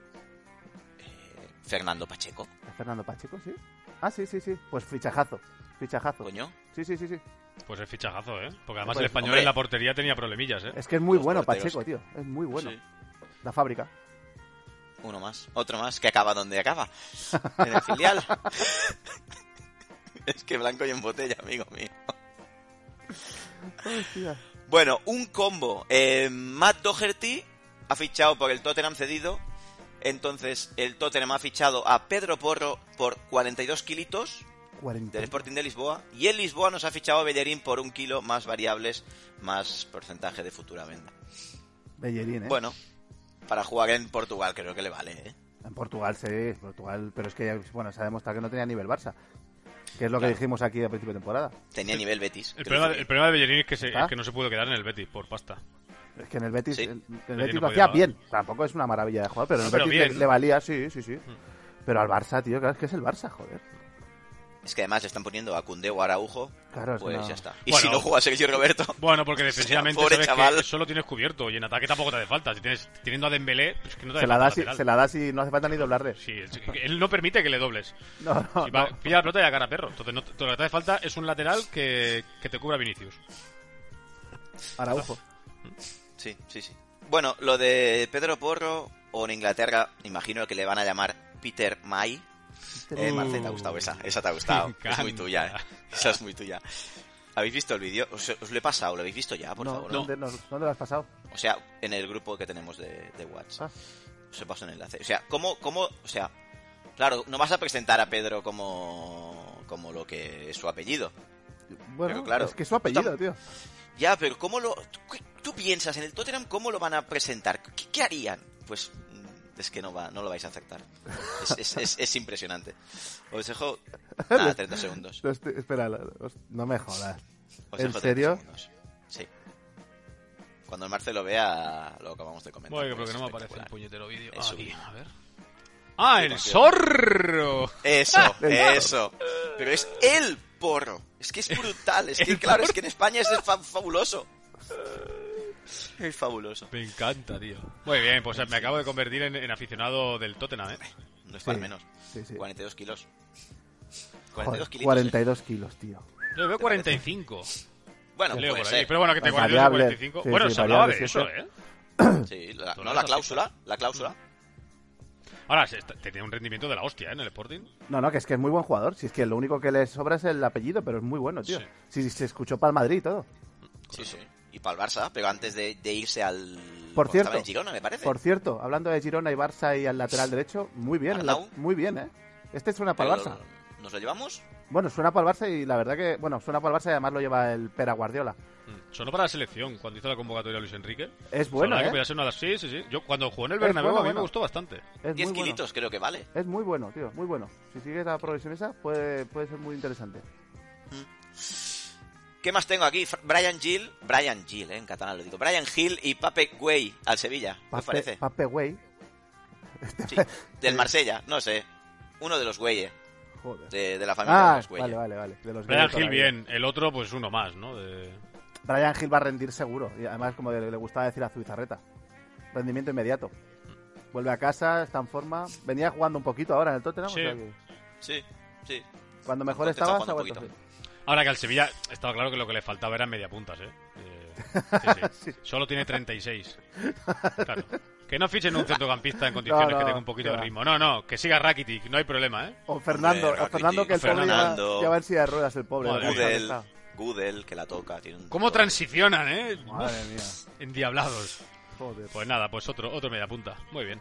[SPEAKER 1] Fernando Pacheco.
[SPEAKER 3] ¿Es Fernando Pacheco, sí? Ah, sí, sí, sí. Pues fichajazo. Fichajazo.
[SPEAKER 1] Coño.
[SPEAKER 3] Sí, sí, sí, sí.
[SPEAKER 4] Pues es fichajazo, ¿eh? Porque además
[SPEAKER 3] Pues,
[SPEAKER 4] el español
[SPEAKER 1] hombre.
[SPEAKER 4] en la portería tenía problemillas, ¿eh?
[SPEAKER 3] Es que es muy
[SPEAKER 1] Los
[SPEAKER 3] bueno
[SPEAKER 1] porteros.
[SPEAKER 3] Pacheco, tío. Es muy bueno.
[SPEAKER 1] Sí.
[SPEAKER 3] La fábrica.
[SPEAKER 1] Uno más. Otro más que acaba donde acaba. En el filial. es que blanco y en botella, amigo mío.
[SPEAKER 3] Hostia.
[SPEAKER 1] Bueno, un combo. Eh, Matt Doherty ha fichado por el Tottenham cedido. Entonces, el Tottenham ha fichado a Pedro Porro por 42 kilitos
[SPEAKER 3] 40.
[SPEAKER 1] del Sporting de Lisboa. Y el Lisboa nos ha fichado a Bellerín por un kilo más variables, más porcentaje de futura venta.
[SPEAKER 3] Bellerín, ¿eh?
[SPEAKER 1] Bueno, para jugar en Portugal creo que le vale, ¿eh?
[SPEAKER 3] En Portugal, sí. Portugal. Pero es que, bueno, se ha demostrado que no tenía nivel Barça. Que es lo que dijimos aquí a principio de temporada.
[SPEAKER 1] Tenía nivel Betis. creo
[SPEAKER 4] El
[SPEAKER 1] que
[SPEAKER 4] problema,
[SPEAKER 1] bien.
[SPEAKER 4] el problema de Bellerín es que, se-
[SPEAKER 3] ¿Ah?
[SPEAKER 4] es que no se pudo quedar en el Betis por pasta.
[SPEAKER 3] Es que en el Betis,
[SPEAKER 1] Sí.
[SPEAKER 3] en- en el
[SPEAKER 4] no
[SPEAKER 3] Betis lo
[SPEAKER 4] podía
[SPEAKER 3] hacía
[SPEAKER 4] más.
[SPEAKER 3] bien. Tampoco es una maravilla de jugador, pero en el
[SPEAKER 4] Pero
[SPEAKER 3] Betis le,
[SPEAKER 4] bien. Mm.
[SPEAKER 3] le valía, sí, sí, sí. Pero al Barça, tío, claro, es que es el Barça, joder.
[SPEAKER 1] Es que además le están poniendo a Cundé o a Araujo.
[SPEAKER 3] Claro, es
[SPEAKER 1] pues
[SPEAKER 3] una-
[SPEAKER 1] ya está. Y
[SPEAKER 4] Bueno.
[SPEAKER 1] si no juega Sergio Roberto.
[SPEAKER 4] Bueno, porque defensivamente
[SPEAKER 1] Pobre
[SPEAKER 4] sabes
[SPEAKER 1] chaval.
[SPEAKER 4] que solo tienes cubierto y en ataque tampoco te hace falta. Si tienes, teniendo a Dembélé, pues que no te
[SPEAKER 3] Se
[SPEAKER 4] hace
[SPEAKER 3] la, da
[SPEAKER 4] falta
[SPEAKER 3] si,
[SPEAKER 4] lateral.
[SPEAKER 3] se la da si no hace falta ni doblarle.
[SPEAKER 4] Sí, es que él no permite que le dobles.
[SPEAKER 3] No, no,
[SPEAKER 4] Si va-
[SPEAKER 3] no.
[SPEAKER 4] Pilla la pelota y agarra perro. Entonces no, te- lo que te hace falta es un lateral que, que te cubra Vinicius.
[SPEAKER 3] Araujo.
[SPEAKER 1] Sí, sí, sí. Bueno, lo de Pedro Porro o en Inglaterra, imagino que le van a llamar Peter May. Eh,
[SPEAKER 4] Uh,
[SPEAKER 1] Marcel, te ha gustado esa. Esa te ha gustado.
[SPEAKER 4] me
[SPEAKER 1] Es muy
[SPEAKER 4] encanta.
[SPEAKER 1] tuya, eh. Esa es muy tuya. ¿Habéis visto el vídeo? ¿Os, os lo he pasado? ¿Lo habéis visto ya, por
[SPEAKER 3] No,
[SPEAKER 1] favor?
[SPEAKER 3] ¿dónde, no, ¿Dónde lo has pasado?
[SPEAKER 1] O sea, en el grupo que tenemos de, de WhatsApp.
[SPEAKER 3] Ah.
[SPEAKER 1] Os he pasado un enlace. O sea, ¿cómo, cómo, o sea, claro, no vas a presentar a Pedro como, como lo que es su apellido.
[SPEAKER 3] Bueno,
[SPEAKER 1] Pero claro.
[SPEAKER 3] es que es su apellido,
[SPEAKER 1] Está-
[SPEAKER 3] tío.
[SPEAKER 1] Ya, pero ¿cómo lo...? ¿Tú, qué- tú piensas en el Tottenham cómo lo van a presentar? ¿Qué, qué harían? Pues mm, es que no, va, no lo vais a aceptar. Es, es- es- es impresionante. Os dejo... Nada, 30 segundos.
[SPEAKER 3] No, este- espera, la- os- no me jodas.
[SPEAKER 1] Os
[SPEAKER 3] ¿En
[SPEAKER 1] dejo 30
[SPEAKER 3] serio?
[SPEAKER 1] segundos. Sí. Cuando el Marcelo vea lo que acabamos de comentar.
[SPEAKER 4] Bueno,
[SPEAKER 1] pues
[SPEAKER 4] porque no me
[SPEAKER 1] es
[SPEAKER 4] aparece el
[SPEAKER 1] espectacular.
[SPEAKER 4] puñetero vídeo.
[SPEAKER 1] Eso,
[SPEAKER 4] Aquí,
[SPEAKER 1] bien.
[SPEAKER 4] a ver. ¡Ah, el
[SPEAKER 1] confío.
[SPEAKER 4] zorro!
[SPEAKER 1] Eso,
[SPEAKER 3] El
[SPEAKER 1] eso. Pero es el porro. Es que es brutal. Es que,
[SPEAKER 4] El
[SPEAKER 1] claro,
[SPEAKER 4] porro.
[SPEAKER 1] es que en España es fa- fabuloso. Es fabuloso.
[SPEAKER 4] Me encanta, tío. Muy bien, pues me acabo de convertir en, en aficionado del Tottenham, ¿eh?
[SPEAKER 1] No es
[SPEAKER 3] Sí,
[SPEAKER 1] para menos.
[SPEAKER 3] sí, sí.
[SPEAKER 1] 42 kilos.
[SPEAKER 3] Joder,
[SPEAKER 1] 42 kilos.
[SPEAKER 3] 42 kilos, tío.
[SPEAKER 4] Yo veo 45.
[SPEAKER 1] Bueno,
[SPEAKER 4] Leo
[SPEAKER 1] puede
[SPEAKER 4] por ahí.
[SPEAKER 1] ser.
[SPEAKER 4] Pero bueno, que te
[SPEAKER 3] Las
[SPEAKER 4] 42
[SPEAKER 3] variables.
[SPEAKER 4] 45.
[SPEAKER 3] Sí,
[SPEAKER 4] bueno,
[SPEAKER 3] sí,
[SPEAKER 4] se hablaba de
[SPEAKER 3] variables
[SPEAKER 4] eso,
[SPEAKER 3] siempre.
[SPEAKER 4] ¿eh?
[SPEAKER 1] Sí, la-
[SPEAKER 4] Todo
[SPEAKER 1] no,
[SPEAKER 4] eso
[SPEAKER 1] la
[SPEAKER 4] sí.
[SPEAKER 1] cláusula. La cláusula.
[SPEAKER 4] Mm, Ahora, se está- tenía un rendimiento de la hostia, ¿eh? En el Sporting.
[SPEAKER 3] No, no, que es que es muy buen jugador. Si es que lo único que le sobra es el apellido, pero es muy bueno, tío.
[SPEAKER 4] Sí.
[SPEAKER 3] Si si se escuchó para el Madrid y todo.
[SPEAKER 1] Sí, sí. Y para el Barça, pero antes de, de irse al.
[SPEAKER 3] Por
[SPEAKER 1] cuando
[SPEAKER 3] cierto.
[SPEAKER 1] estaba en Girona, me parece.
[SPEAKER 3] Por cierto, hablando de Girona y Barça y al lateral derecho, muy bien, el la-
[SPEAKER 1] Arnau.
[SPEAKER 3] muy bien, ¿eh? Este suena para el
[SPEAKER 1] Pero,
[SPEAKER 3] Barça.
[SPEAKER 1] ¿Nos lo llevamos?
[SPEAKER 3] Bueno, suena para el Barça y la verdad que, bueno, suena para el Barça y además lo lleva el Pera Guardiola.
[SPEAKER 4] Mm. Sonó para la selección cuando hizo la convocatoria Luis Enrique.
[SPEAKER 3] Es
[SPEAKER 4] Sonaba
[SPEAKER 3] bueno,
[SPEAKER 4] que
[SPEAKER 3] ¿eh?
[SPEAKER 4] podía ser una de las- Sí, sí, sí. Yo cuando jugó en el
[SPEAKER 3] Es
[SPEAKER 4] Bernabéu
[SPEAKER 3] bueno,
[SPEAKER 4] a mí
[SPEAKER 3] bueno.
[SPEAKER 4] me gustó bastante.
[SPEAKER 1] 10
[SPEAKER 3] Es muy bueno.
[SPEAKER 1] kilitos creo que vale.
[SPEAKER 3] Es muy bueno, tío, muy bueno. Si sigues la progresión esa, puede, puede ser muy interesante.
[SPEAKER 1] ¿Qué más tengo aquí? Fr- Brian Gill. Brian Gill, eh, en catalán lo digo. Brian Hill y Pape Güey al Sevilla. ¿Qué os parece?
[SPEAKER 3] Pape Güey,
[SPEAKER 1] Sí, Del Marsella, no sé. Uno de los güeyes.
[SPEAKER 3] joder.
[SPEAKER 1] De, de la familia de
[SPEAKER 3] Ah,
[SPEAKER 1] los güeyes.
[SPEAKER 3] vale, vale, vale. De los
[SPEAKER 4] Brian
[SPEAKER 3] gays
[SPEAKER 4] Hill
[SPEAKER 3] todavía.
[SPEAKER 4] bien, el otro pues uno más, ¿no? De-
[SPEAKER 3] Brian Hill va a rendir seguro. Y además, como le, le gustaba decir a Zubizarreta, rendimiento inmediato. Vuelve a casa, está en forma. Venía jugando un poquito ahora en el Tottenham.
[SPEAKER 4] Sí.
[SPEAKER 3] o sea que
[SPEAKER 1] Sí, sí.
[SPEAKER 3] cuando mejor
[SPEAKER 1] Entonces está
[SPEAKER 3] estaba,
[SPEAKER 1] jugando
[SPEAKER 3] se ha
[SPEAKER 1] un
[SPEAKER 3] vuelto.
[SPEAKER 1] poquito.
[SPEAKER 3] así.
[SPEAKER 4] Ahora que al Sevilla estaba claro que lo que le faltaba eran media puntas, ¿eh? Eh, sí, sí. Solo tiene 36. Claro. Que no fichen un centrocampista en condiciones
[SPEAKER 3] no,
[SPEAKER 4] que tenga un poquito
[SPEAKER 3] que
[SPEAKER 4] de
[SPEAKER 3] va.
[SPEAKER 4] ritmo. No, no, que siga Rakitic, no hay problema, ¿eh?
[SPEAKER 3] O Fernando,
[SPEAKER 1] Hombre,
[SPEAKER 3] o Fernando que el
[SPEAKER 1] Rakitic,
[SPEAKER 3] pobre lleva,
[SPEAKER 1] Fernando.
[SPEAKER 3] lleva en silla de ruedas, el pobre.
[SPEAKER 4] Madre
[SPEAKER 3] de verdad,
[SPEAKER 1] Gudel,
[SPEAKER 3] está.
[SPEAKER 1] Gudel, que la toca. Tiene un
[SPEAKER 4] ¿Cómo transicionan, eh?
[SPEAKER 3] Madre mía,
[SPEAKER 4] Endiablados.
[SPEAKER 3] joder.
[SPEAKER 4] Pues nada, pues otro, otro media punta. Muy bien.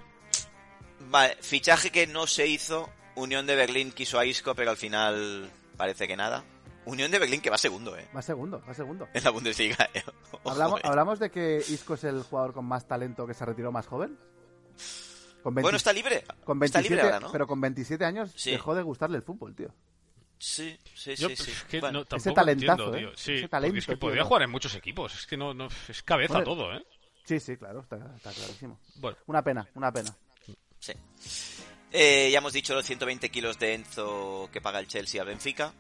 [SPEAKER 1] Vale, fichaje que no se hizo. Unión de Berlín quiso a Isco, pero al final parece que nada. Unión de Berlín que va segundo, eh.
[SPEAKER 3] Va segundo, va segundo.
[SPEAKER 1] En la Bundesliga, eh. Ojo,
[SPEAKER 3] ¿Hablamos,
[SPEAKER 1] eh.
[SPEAKER 3] ¿Hablamos de que Isco es el jugador con más talento que se retiró más joven? Con 20
[SPEAKER 1] Bueno, está libre.
[SPEAKER 3] con
[SPEAKER 1] está
[SPEAKER 3] 27,
[SPEAKER 1] libre ahora, ¿no?
[SPEAKER 3] Pero con 27 años
[SPEAKER 1] Sí.
[SPEAKER 3] dejó de gustarle el fútbol, tío.
[SPEAKER 1] Sí, sí,
[SPEAKER 4] Yo pues,
[SPEAKER 1] sí. sí.
[SPEAKER 4] es que
[SPEAKER 1] Bueno,
[SPEAKER 4] no, tampoco
[SPEAKER 3] talentazo,
[SPEAKER 4] entiendo,
[SPEAKER 3] ¿eh?
[SPEAKER 4] tío. Sí,
[SPEAKER 3] Ese
[SPEAKER 4] porque
[SPEAKER 3] talento,
[SPEAKER 4] es que
[SPEAKER 3] tío.
[SPEAKER 4] podría jugar en muchos equipos. Es que no, no es cabeza
[SPEAKER 3] Joder.
[SPEAKER 4] todo, ¿eh?
[SPEAKER 3] Sí, sí, claro, está, está clarísimo.
[SPEAKER 4] Bueno,
[SPEAKER 3] Una pena, una pena.
[SPEAKER 1] sí. Eh, ya hemos dicho los 120 kilos de Enzo que paga el Chelsea al Benfica.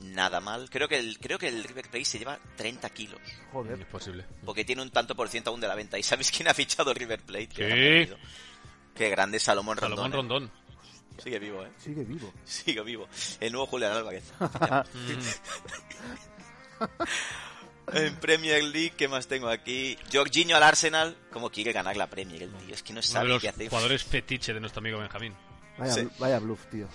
[SPEAKER 1] Nada mal. Creo que el, creo que el River Plate se lleva 30 kilos.
[SPEAKER 3] Joder.
[SPEAKER 4] imposible.
[SPEAKER 1] Porque tiene un tanto por ciento aún de la venta. ¿Y sabéis quién ha fichado el River Plate? Que
[SPEAKER 4] Sí.
[SPEAKER 1] lo ha perdido. Qué grande es Salomón Rondón.
[SPEAKER 4] Salomón
[SPEAKER 1] eh.
[SPEAKER 4] Rondón.
[SPEAKER 3] Hostia,
[SPEAKER 1] Sigue vivo, ¿eh?
[SPEAKER 3] sigue vivo.
[SPEAKER 1] Sigo vivo. El nuevo Julián Álvarez. Mm. en Premier League, ¿qué más tengo aquí? Jorginho al Arsenal. Como quiere ganar la Premier, el tío. Es que no
[SPEAKER 4] Uno de
[SPEAKER 1] sabe
[SPEAKER 4] los
[SPEAKER 1] qué hacer.
[SPEAKER 4] jugadores fetiche de nuestro amigo Benjamín.
[SPEAKER 3] Vaya,
[SPEAKER 1] Sí.
[SPEAKER 3] vaya bluff, tío.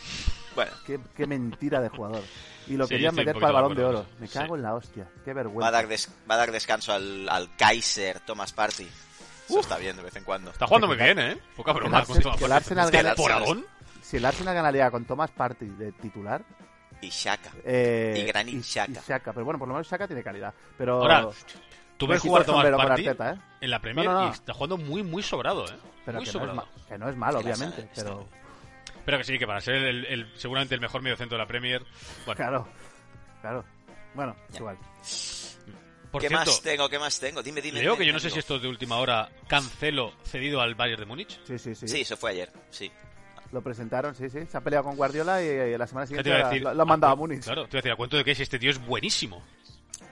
[SPEAKER 1] Bueno,
[SPEAKER 3] Qué, qué mentira de jugador. Y lo
[SPEAKER 4] Sí, yo
[SPEAKER 3] querían
[SPEAKER 4] estoy un
[SPEAKER 3] meter para el balón
[SPEAKER 4] poquito
[SPEAKER 3] de
[SPEAKER 4] de
[SPEAKER 3] oro.
[SPEAKER 4] acuerdo.
[SPEAKER 3] Me
[SPEAKER 4] Sí.
[SPEAKER 3] cago en la hostia. Qué
[SPEAKER 1] va a
[SPEAKER 3] vergüenza.
[SPEAKER 1] dar, des- va a dar descanso al, al Kaiser Thomas Party. Eso está bien de vez en cuando.
[SPEAKER 4] Está jugando muy bien, ¿eh? Poca broma.
[SPEAKER 3] Arsenal-
[SPEAKER 4] con
[SPEAKER 3] que el
[SPEAKER 4] todo.
[SPEAKER 3] Arsenal
[SPEAKER 4] Hostia,
[SPEAKER 1] gane-
[SPEAKER 4] temporadón.
[SPEAKER 3] Si el Arsenal ganaría con Thomas Partey de titular...
[SPEAKER 1] Y Shaka.
[SPEAKER 3] Eh,
[SPEAKER 1] Y Granit Xhaka.
[SPEAKER 3] Pero bueno, por lo menos Shaka tiene calidad. Pero...
[SPEAKER 4] Ahora, tú ves
[SPEAKER 3] quito
[SPEAKER 4] jugar
[SPEAKER 3] el
[SPEAKER 4] Tomás
[SPEAKER 3] sombrero con
[SPEAKER 4] Partey
[SPEAKER 3] Arteta, ¿eh?
[SPEAKER 4] en la Premier
[SPEAKER 3] No, no, no.
[SPEAKER 4] y está jugando muy, muy sobrado, ¿eh?
[SPEAKER 3] pero
[SPEAKER 4] muy
[SPEAKER 3] que, no es
[SPEAKER 4] sobrado.
[SPEAKER 3] ma- que no es malo,
[SPEAKER 1] Es que la
[SPEAKER 3] obviamente.
[SPEAKER 1] Arsenal
[SPEAKER 3] Pero,
[SPEAKER 4] Pero que sí, que para ser el, el- seguramente el mejor mediocentro de la Premier. Bueno,
[SPEAKER 3] claro. Claro. Bueno, es igual.
[SPEAKER 4] por
[SPEAKER 1] ¿Qué
[SPEAKER 4] cierto,
[SPEAKER 1] más tengo? ¿Qué más tengo? Dime, dime.
[SPEAKER 4] leo
[SPEAKER 1] dime,
[SPEAKER 4] que yo no sé
[SPEAKER 1] amigo.
[SPEAKER 4] si esto es de última hora. Cancelo cedido al Bayern de Múnich.
[SPEAKER 3] Sí, sí, sí,
[SPEAKER 1] Sí, eso fue ayer. Sí.
[SPEAKER 3] Lo presentaron, sí, sí. Se ha peleado con Guardiola y, eh, la semana
[SPEAKER 4] ¿Qué
[SPEAKER 3] siguiente
[SPEAKER 4] te iba a decir?
[SPEAKER 3] lo, lo han mandado a
[SPEAKER 4] cu-
[SPEAKER 3] Múnich.
[SPEAKER 4] Claro, te iba a decir, a cuento de que si este tío es buenísimo.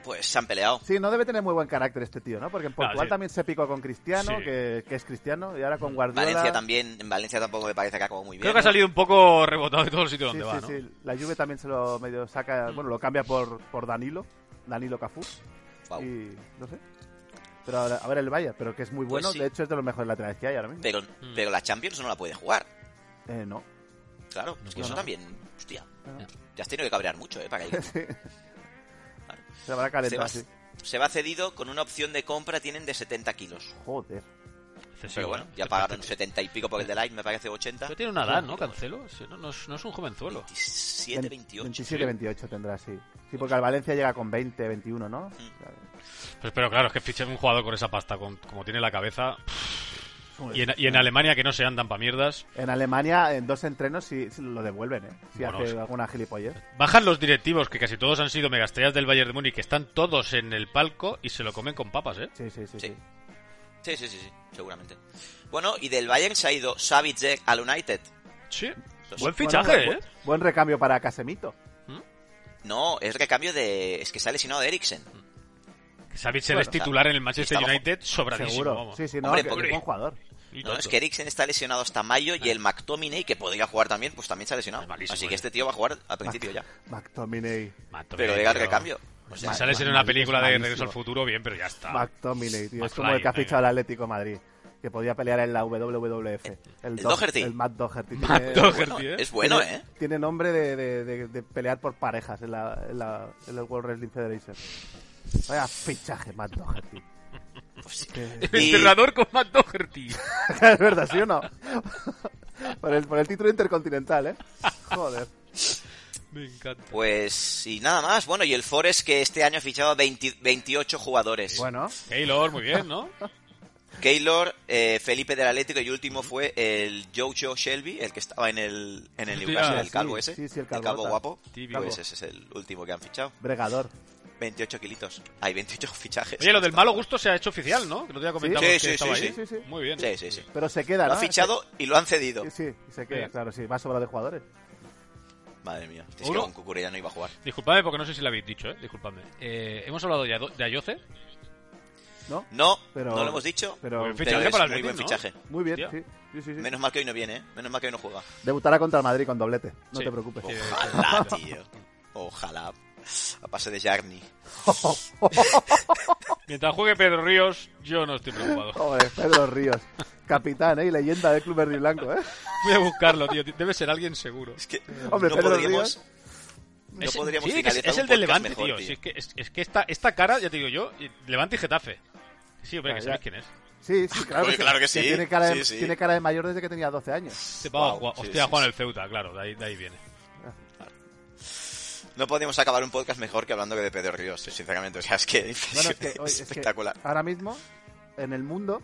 [SPEAKER 1] Pues se han peleado.
[SPEAKER 3] Sí, no debe tener muy buen carácter este tío, ¿no? Porque en
[SPEAKER 4] Claro,
[SPEAKER 3] Portugal
[SPEAKER 4] sí.
[SPEAKER 3] también se picó con Cristiano,
[SPEAKER 4] Sí.
[SPEAKER 3] que, que es cristiano, y ahora con Guardiola.
[SPEAKER 1] Mm. Valencia también. En Valencia tampoco me parece que ha acabado muy bien.
[SPEAKER 4] Creo que ha
[SPEAKER 1] ¿no?
[SPEAKER 4] salido un poco rebotado de todos los sitios
[SPEAKER 3] Sí,
[SPEAKER 4] donde
[SPEAKER 3] sí,
[SPEAKER 4] va, ¿no?
[SPEAKER 3] sí. La Juve también se lo medio saca,
[SPEAKER 1] Mm.
[SPEAKER 3] bueno, lo cambia por, por Danilo, Danilo Cafú.
[SPEAKER 1] Guau.
[SPEAKER 3] Y no sé. Pero ahora- a ver el Bayern, pero que es muy bueno.
[SPEAKER 1] Pues sí.
[SPEAKER 3] De hecho, es de los mejores laterales que hay ahora mismo.
[SPEAKER 1] Pero,
[SPEAKER 4] Mm.
[SPEAKER 1] pero la Champions no la puede jugar.
[SPEAKER 3] Eh, no.
[SPEAKER 1] Claro, es que
[SPEAKER 4] No,
[SPEAKER 1] eso
[SPEAKER 4] no.
[SPEAKER 1] también. Hostia.
[SPEAKER 3] no.
[SPEAKER 1] Te has tenido que cabrear mucho, ¿eh? Para ir.
[SPEAKER 3] Se va a
[SPEAKER 1] Se
[SPEAKER 3] calentar,
[SPEAKER 1] va,
[SPEAKER 3] sí.
[SPEAKER 1] se va cedido con una opción de compra, tienen de 70 kilos.
[SPEAKER 3] Joder.
[SPEAKER 4] Excesivo,
[SPEAKER 1] Pero bueno,
[SPEAKER 4] ¿eh?
[SPEAKER 1] ya pagaron 70 y pico por el de Light, me parece 80.
[SPEAKER 4] Pero tiene una edad, ¿no? Cancelo. Sí, no, no es, no es un jovenzuelo.
[SPEAKER 1] 27, 28.
[SPEAKER 3] 27, 28 tendrá, sí. Sí, porque al Valencia llega con 20, 21, ¿no?
[SPEAKER 1] Mm.
[SPEAKER 4] Pues, pero claro, es que fichar un jugador con esa pasta, con- como tiene la cabeza. Y en, y
[SPEAKER 1] Pues,
[SPEAKER 4] en Alemania, que no se andan pa' mierdas.
[SPEAKER 3] En Alemania, en dos entrenos, sí, sí lo devuelven, ¿eh? Si
[SPEAKER 4] Bueno,
[SPEAKER 3] hace
[SPEAKER 4] sí.
[SPEAKER 3] alguna gilipollez.
[SPEAKER 4] Bajan los directivos, que casi todos han sido megaestrellas del Bayern de Múnich, que están todos en el palco y se lo comen con papas, ¿eh?
[SPEAKER 3] Sí, sí, sí.
[SPEAKER 1] Sí.
[SPEAKER 3] sí.
[SPEAKER 1] Sí, sí, sí, sí, seguramente. Bueno, y del Bayern se ha ido Savitzer al United.
[SPEAKER 4] Sí.
[SPEAKER 1] Los-
[SPEAKER 4] Buen
[SPEAKER 3] Bueno,
[SPEAKER 4] fichaje,
[SPEAKER 3] buen,
[SPEAKER 4] ¿eh?
[SPEAKER 3] buen recambio para Casemito.
[SPEAKER 1] No, es recambio de. Es que se ha lesionado de
[SPEAKER 4] Mm,
[SPEAKER 1] Eriksen.
[SPEAKER 4] Savitzer
[SPEAKER 1] Bueno,
[SPEAKER 4] es titular en el Manchester
[SPEAKER 1] estaba-
[SPEAKER 4] United sobradísimo,
[SPEAKER 3] Seguro.
[SPEAKER 4] vamos.
[SPEAKER 3] Sí, sí, no,
[SPEAKER 1] Hombre,
[SPEAKER 3] que-
[SPEAKER 1] pobre.
[SPEAKER 3] que es buen jugador.
[SPEAKER 4] Y
[SPEAKER 1] No,
[SPEAKER 4] tonto. Ah.
[SPEAKER 1] es que Eriksen está lesionado hasta mayo y el McTominay, que podría jugar también, pues también se ha lesionado.
[SPEAKER 4] Es malísimo,
[SPEAKER 1] Así que
[SPEAKER 4] eh.
[SPEAKER 1] este tío va a jugar al principio ya.
[SPEAKER 3] McTominay.
[SPEAKER 4] Mato, eh,
[SPEAKER 1] Pero
[SPEAKER 4] tío.
[SPEAKER 1] llega el recambio. O
[SPEAKER 4] Si
[SPEAKER 1] sea,
[SPEAKER 4] sales en una
[SPEAKER 3] malísimo,
[SPEAKER 4] película de
[SPEAKER 3] malísimo.
[SPEAKER 4] Regreso al Futuro, bien, pero ya está.
[SPEAKER 3] McTominay, tío. Es
[SPEAKER 4] McFly,
[SPEAKER 3] como el que ha
[SPEAKER 4] Ah, venga.
[SPEAKER 3] fichado el Atlético de Madrid. Que podía pelear en la WWF. El, Dog-
[SPEAKER 1] Doherty.
[SPEAKER 3] El Matt Doherty.
[SPEAKER 4] Matt
[SPEAKER 3] Tiene-
[SPEAKER 4] Doherty.
[SPEAKER 1] bueno,
[SPEAKER 4] Gertie, ¿eh?
[SPEAKER 1] es bueno,
[SPEAKER 3] tiene,
[SPEAKER 1] ¿eh?
[SPEAKER 3] Tiene nombre de, de- de- de pelear por parejas en, la, en, la, en el World Wrestling Federation. Vaya fichaje, Matt Doherty.
[SPEAKER 1] Pues sí.
[SPEAKER 3] Que-
[SPEAKER 4] El
[SPEAKER 1] Y-
[SPEAKER 4] entrenador con Matt Doherty.
[SPEAKER 3] es verdad, ¿sí o no? por, el, por el título intercontinental, ¿eh? Joder.
[SPEAKER 4] Me encanta.
[SPEAKER 1] Pues y nada más. Bueno, y el Forest que este año ha fichado 20 28 jugadores.
[SPEAKER 3] Bueno,
[SPEAKER 4] Keylor, muy bien, ¿no?
[SPEAKER 1] Keylor, eh, Felipe del Atlético y último fue el Jojo Shelby, el que estaba en el, en el
[SPEAKER 4] Sí,
[SPEAKER 1] Newcastle,
[SPEAKER 4] ah,
[SPEAKER 1] el calvo
[SPEAKER 3] sí,
[SPEAKER 1] ese.
[SPEAKER 3] sí, sí, el
[SPEAKER 1] el calvo
[SPEAKER 3] calvota.
[SPEAKER 1] guapo.
[SPEAKER 4] Tibio.
[SPEAKER 1] Pues ese es el último que han fichado.
[SPEAKER 3] bregador.
[SPEAKER 1] 28 kilitos. Hay 28 fichajes.
[SPEAKER 4] Oye, lo del malo gusto se ha hecho oficial, ¿no? Que no te había comentado
[SPEAKER 1] Sí,
[SPEAKER 4] que
[SPEAKER 1] sí,
[SPEAKER 4] estaba
[SPEAKER 1] sí,
[SPEAKER 4] ahí.
[SPEAKER 3] sí, sí.
[SPEAKER 4] Muy bien.
[SPEAKER 1] Sí, sí, sí.
[SPEAKER 3] Pero se
[SPEAKER 4] Ah,
[SPEAKER 3] queda,
[SPEAKER 1] Lo
[SPEAKER 3] ¿no?
[SPEAKER 1] han fichado y lo han cedido.
[SPEAKER 3] Sí, sí, se queda,
[SPEAKER 4] Sí.
[SPEAKER 3] claro, sí. Va sobrado de jugadores.
[SPEAKER 1] Madre mía. Es que
[SPEAKER 4] Uno.
[SPEAKER 1] con Cucurella no iba a jugar.
[SPEAKER 4] Disculpadme porque no sé si lo habéis dicho, ¿eh? Disculpadme. Eh, hemos hablado ya do- de Ayoce.
[SPEAKER 3] ¿No?
[SPEAKER 1] No,
[SPEAKER 3] Pero-
[SPEAKER 1] no lo hemos dicho.
[SPEAKER 3] Pero
[SPEAKER 4] Buen
[SPEAKER 1] Pero
[SPEAKER 4] Fichaje
[SPEAKER 1] es
[SPEAKER 4] para Pues el
[SPEAKER 1] muy buen
[SPEAKER 4] Betis, ¿no?
[SPEAKER 1] fichaje.
[SPEAKER 3] muy bien,
[SPEAKER 4] Hostia.
[SPEAKER 3] sí. sí, sí, sí.
[SPEAKER 1] Mm. Menos mal que hoy no viene, ¿eh? Menos mal que hoy no juega.
[SPEAKER 3] Debutará contra el Madrid con doblete, no
[SPEAKER 4] Sí.
[SPEAKER 3] te preocupes.
[SPEAKER 4] Sí.
[SPEAKER 1] Ojalá, tío. Ojalá. A pase de Jarni.
[SPEAKER 4] Mientras juegue Pedro Ríos, yo no estoy preocupado.
[SPEAKER 3] Joder, Pedro Ríos, capitán, ¿eh? Y leyenda del Club Verde y Blanco, ¿eh?
[SPEAKER 4] Voy a buscarlo, tío. Debe ser alguien seguro.
[SPEAKER 1] Es que
[SPEAKER 3] Hombre,
[SPEAKER 1] no
[SPEAKER 3] Pedro
[SPEAKER 1] podríamos...
[SPEAKER 3] Ríos.
[SPEAKER 1] No
[SPEAKER 4] Es-
[SPEAKER 1] podríamos
[SPEAKER 4] sí, que es,
[SPEAKER 1] finalizar
[SPEAKER 4] es
[SPEAKER 1] un
[SPEAKER 4] el
[SPEAKER 1] podcast
[SPEAKER 4] del Levante,
[SPEAKER 1] mejor,
[SPEAKER 4] tío. Sí, es que, es, es que esta, esta cara, ya te digo yo, y- Levante y Getafe. Sí, hombre,
[SPEAKER 3] Ah,
[SPEAKER 4] que
[SPEAKER 3] ya.
[SPEAKER 4] sabéis quién es.
[SPEAKER 3] Sí, sí, claro,
[SPEAKER 1] Oye, claro que sí,
[SPEAKER 3] tiene, cara de,
[SPEAKER 1] sí, sí.
[SPEAKER 3] tiene cara de mayor desde que tenía 12 años.
[SPEAKER 4] Este
[SPEAKER 1] Guau,
[SPEAKER 4] pavo,
[SPEAKER 1] sí,
[SPEAKER 4] hostia,
[SPEAKER 1] sí,
[SPEAKER 4] Juan
[SPEAKER 1] sí.
[SPEAKER 4] el Ceuta, claro, de ahí, de ahí viene.
[SPEAKER 1] No podemos acabar un podcast mejor que hablando de Pedro Ríos, eh, sinceramente. O sea, es que,
[SPEAKER 3] Bueno, es que, oye, es que
[SPEAKER 1] espectacular.
[SPEAKER 3] ahora mismo, en el mundo,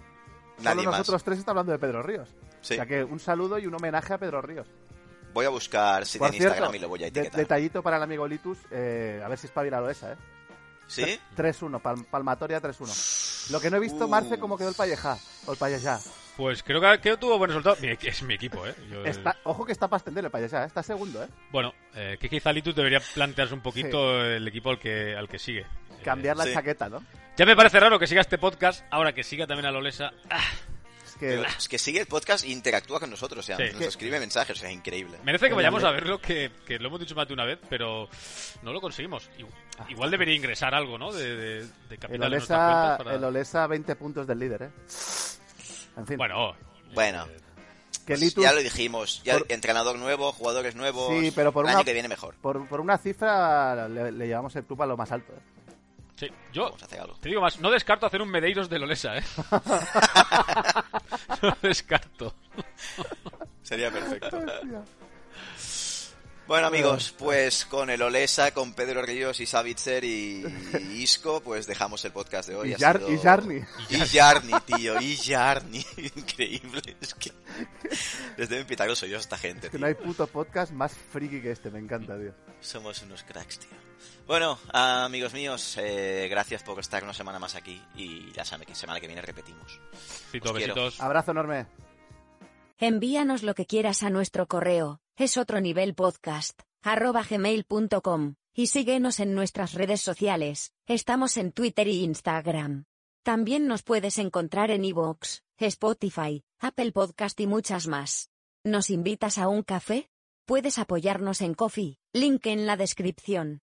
[SPEAKER 1] Nadie
[SPEAKER 3] solo
[SPEAKER 1] más.
[SPEAKER 3] nosotros tres está hablando de Pedro Ríos.
[SPEAKER 1] Sí.
[SPEAKER 3] O sea que un saludo y un homenaje a Pedro Ríos.
[SPEAKER 1] Voy a buscar si
[SPEAKER 3] Por
[SPEAKER 1] tiene Instagram
[SPEAKER 3] cierto,
[SPEAKER 1] y lo voy a
[SPEAKER 3] de-
[SPEAKER 1] etiquetar.
[SPEAKER 3] detallito para el amigo Litus, eh, a ver si es espabilado esa, ¿eh?
[SPEAKER 1] ¿Sí?
[SPEAKER 3] 3-1, pal- palmatoria 3-1. Lo que no he visto,
[SPEAKER 1] Uh.
[SPEAKER 3] Marce, cómo quedó el Palleja. O el Palleja.
[SPEAKER 4] Pues creo que, que tuvo buen resultado. Mi- Es mi equipo, ¿eh? Yo-
[SPEAKER 3] Está, ojo que está para ascender el Palleja, ¿eh? está segundo, ¿eh?
[SPEAKER 4] Bueno, eh, que quizá Litus debería plantearse un poquito el equipo al que, al que sigue. Eh,
[SPEAKER 3] Cambiar la
[SPEAKER 1] Sí.
[SPEAKER 3] chaqueta, ¿no?
[SPEAKER 4] ya me parece raro que siga este podcast, ahora que siga también a Lolesa. Ah,
[SPEAKER 3] que.
[SPEAKER 1] Es que sigue el podcast e interactúa con nosotros, o sea,
[SPEAKER 4] Sí.
[SPEAKER 1] nos escribe mensajes, o sea, increíble.
[SPEAKER 4] Merece que vayamos a
[SPEAKER 3] Hombre.
[SPEAKER 4] verlo, que, que lo hemos dicho más de una vez, pero no lo conseguimos. Igu- Igual debería ingresar algo, ¿no? De, de, de capital
[SPEAKER 3] El
[SPEAKER 4] en nuestras
[SPEAKER 3] Olesa,
[SPEAKER 4] cuentas para-
[SPEAKER 3] el Olesa 20 puntos del líder, ¿eh? En fin,
[SPEAKER 4] Bueno,
[SPEAKER 1] Bueno,
[SPEAKER 3] que
[SPEAKER 1] pues
[SPEAKER 3] Litus,
[SPEAKER 1] ya lo dijimos, ya
[SPEAKER 3] por-
[SPEAKER 1] entrenador nuevo, jugadores nuevos,
[SPEAKER 3] Sí, pero por
[SPEAKER 1] el
[SPEAKER 3] una-
[SPEAKER 1] año que viene mejor.
[SPEAKER 3] por, por una cifra le, le llevamos el club a lo más alto. ¿eh?
[SPEAKER 4] sí, yo
[SPEAKER 1] Vamos a hacer algo.
[SPEAKER 4] te digo más, no descarto hacer un Medeiros de Lolesa, ¿eh? no descarto.
[SPEAKER 1] Sería perfecto. Bueno amigos, pues con el Olesa, con Pedro Ríos y Savitzer y, y Isco, pues dejamos el podcast de hoy.
[SPEAKER 3] Y
[SPEAKER 1] Ha
[SPEAKER 3] Yar-
[SPEAKER 1] sido-
[SPEAKER 3] y Yarni.
[SPEAKER 1] Y Yarni, tío, y Yarni. Increíble, es que les deben pitar los oídos a esta gente.
[SPEAKER 3] Es que
[SPEAKER 1] tío.
[SPEAKER 3] no hay puto podcast más friki que este, me encanta, tío.
[SPEAKER 1] Somos unos cracks, tío. Bueno, amigos míos, eh, gracias por estar una semana más aquí y la seme- semana que viene repetimos.
[SPEAKER 4] Cito,
[SPEAKER 1] Os quiero.
[SPEAKER 4] besitos.
[SPEAKER 3] Abrazo enorme.
[SPEAKER 2] Envíanos lo que quieras a nuestro correo, es otro nivel podcast, arroba gmail.com, y síguenos en nuestras redes sociales, estamos en Twitter y Instagram. También nos puedes encontrar en iVoox, Spotify, Apple Podcast y muchas más. ¿Nos invitas a un café? Puedes apoyarnos en Coffee, link en la descripción.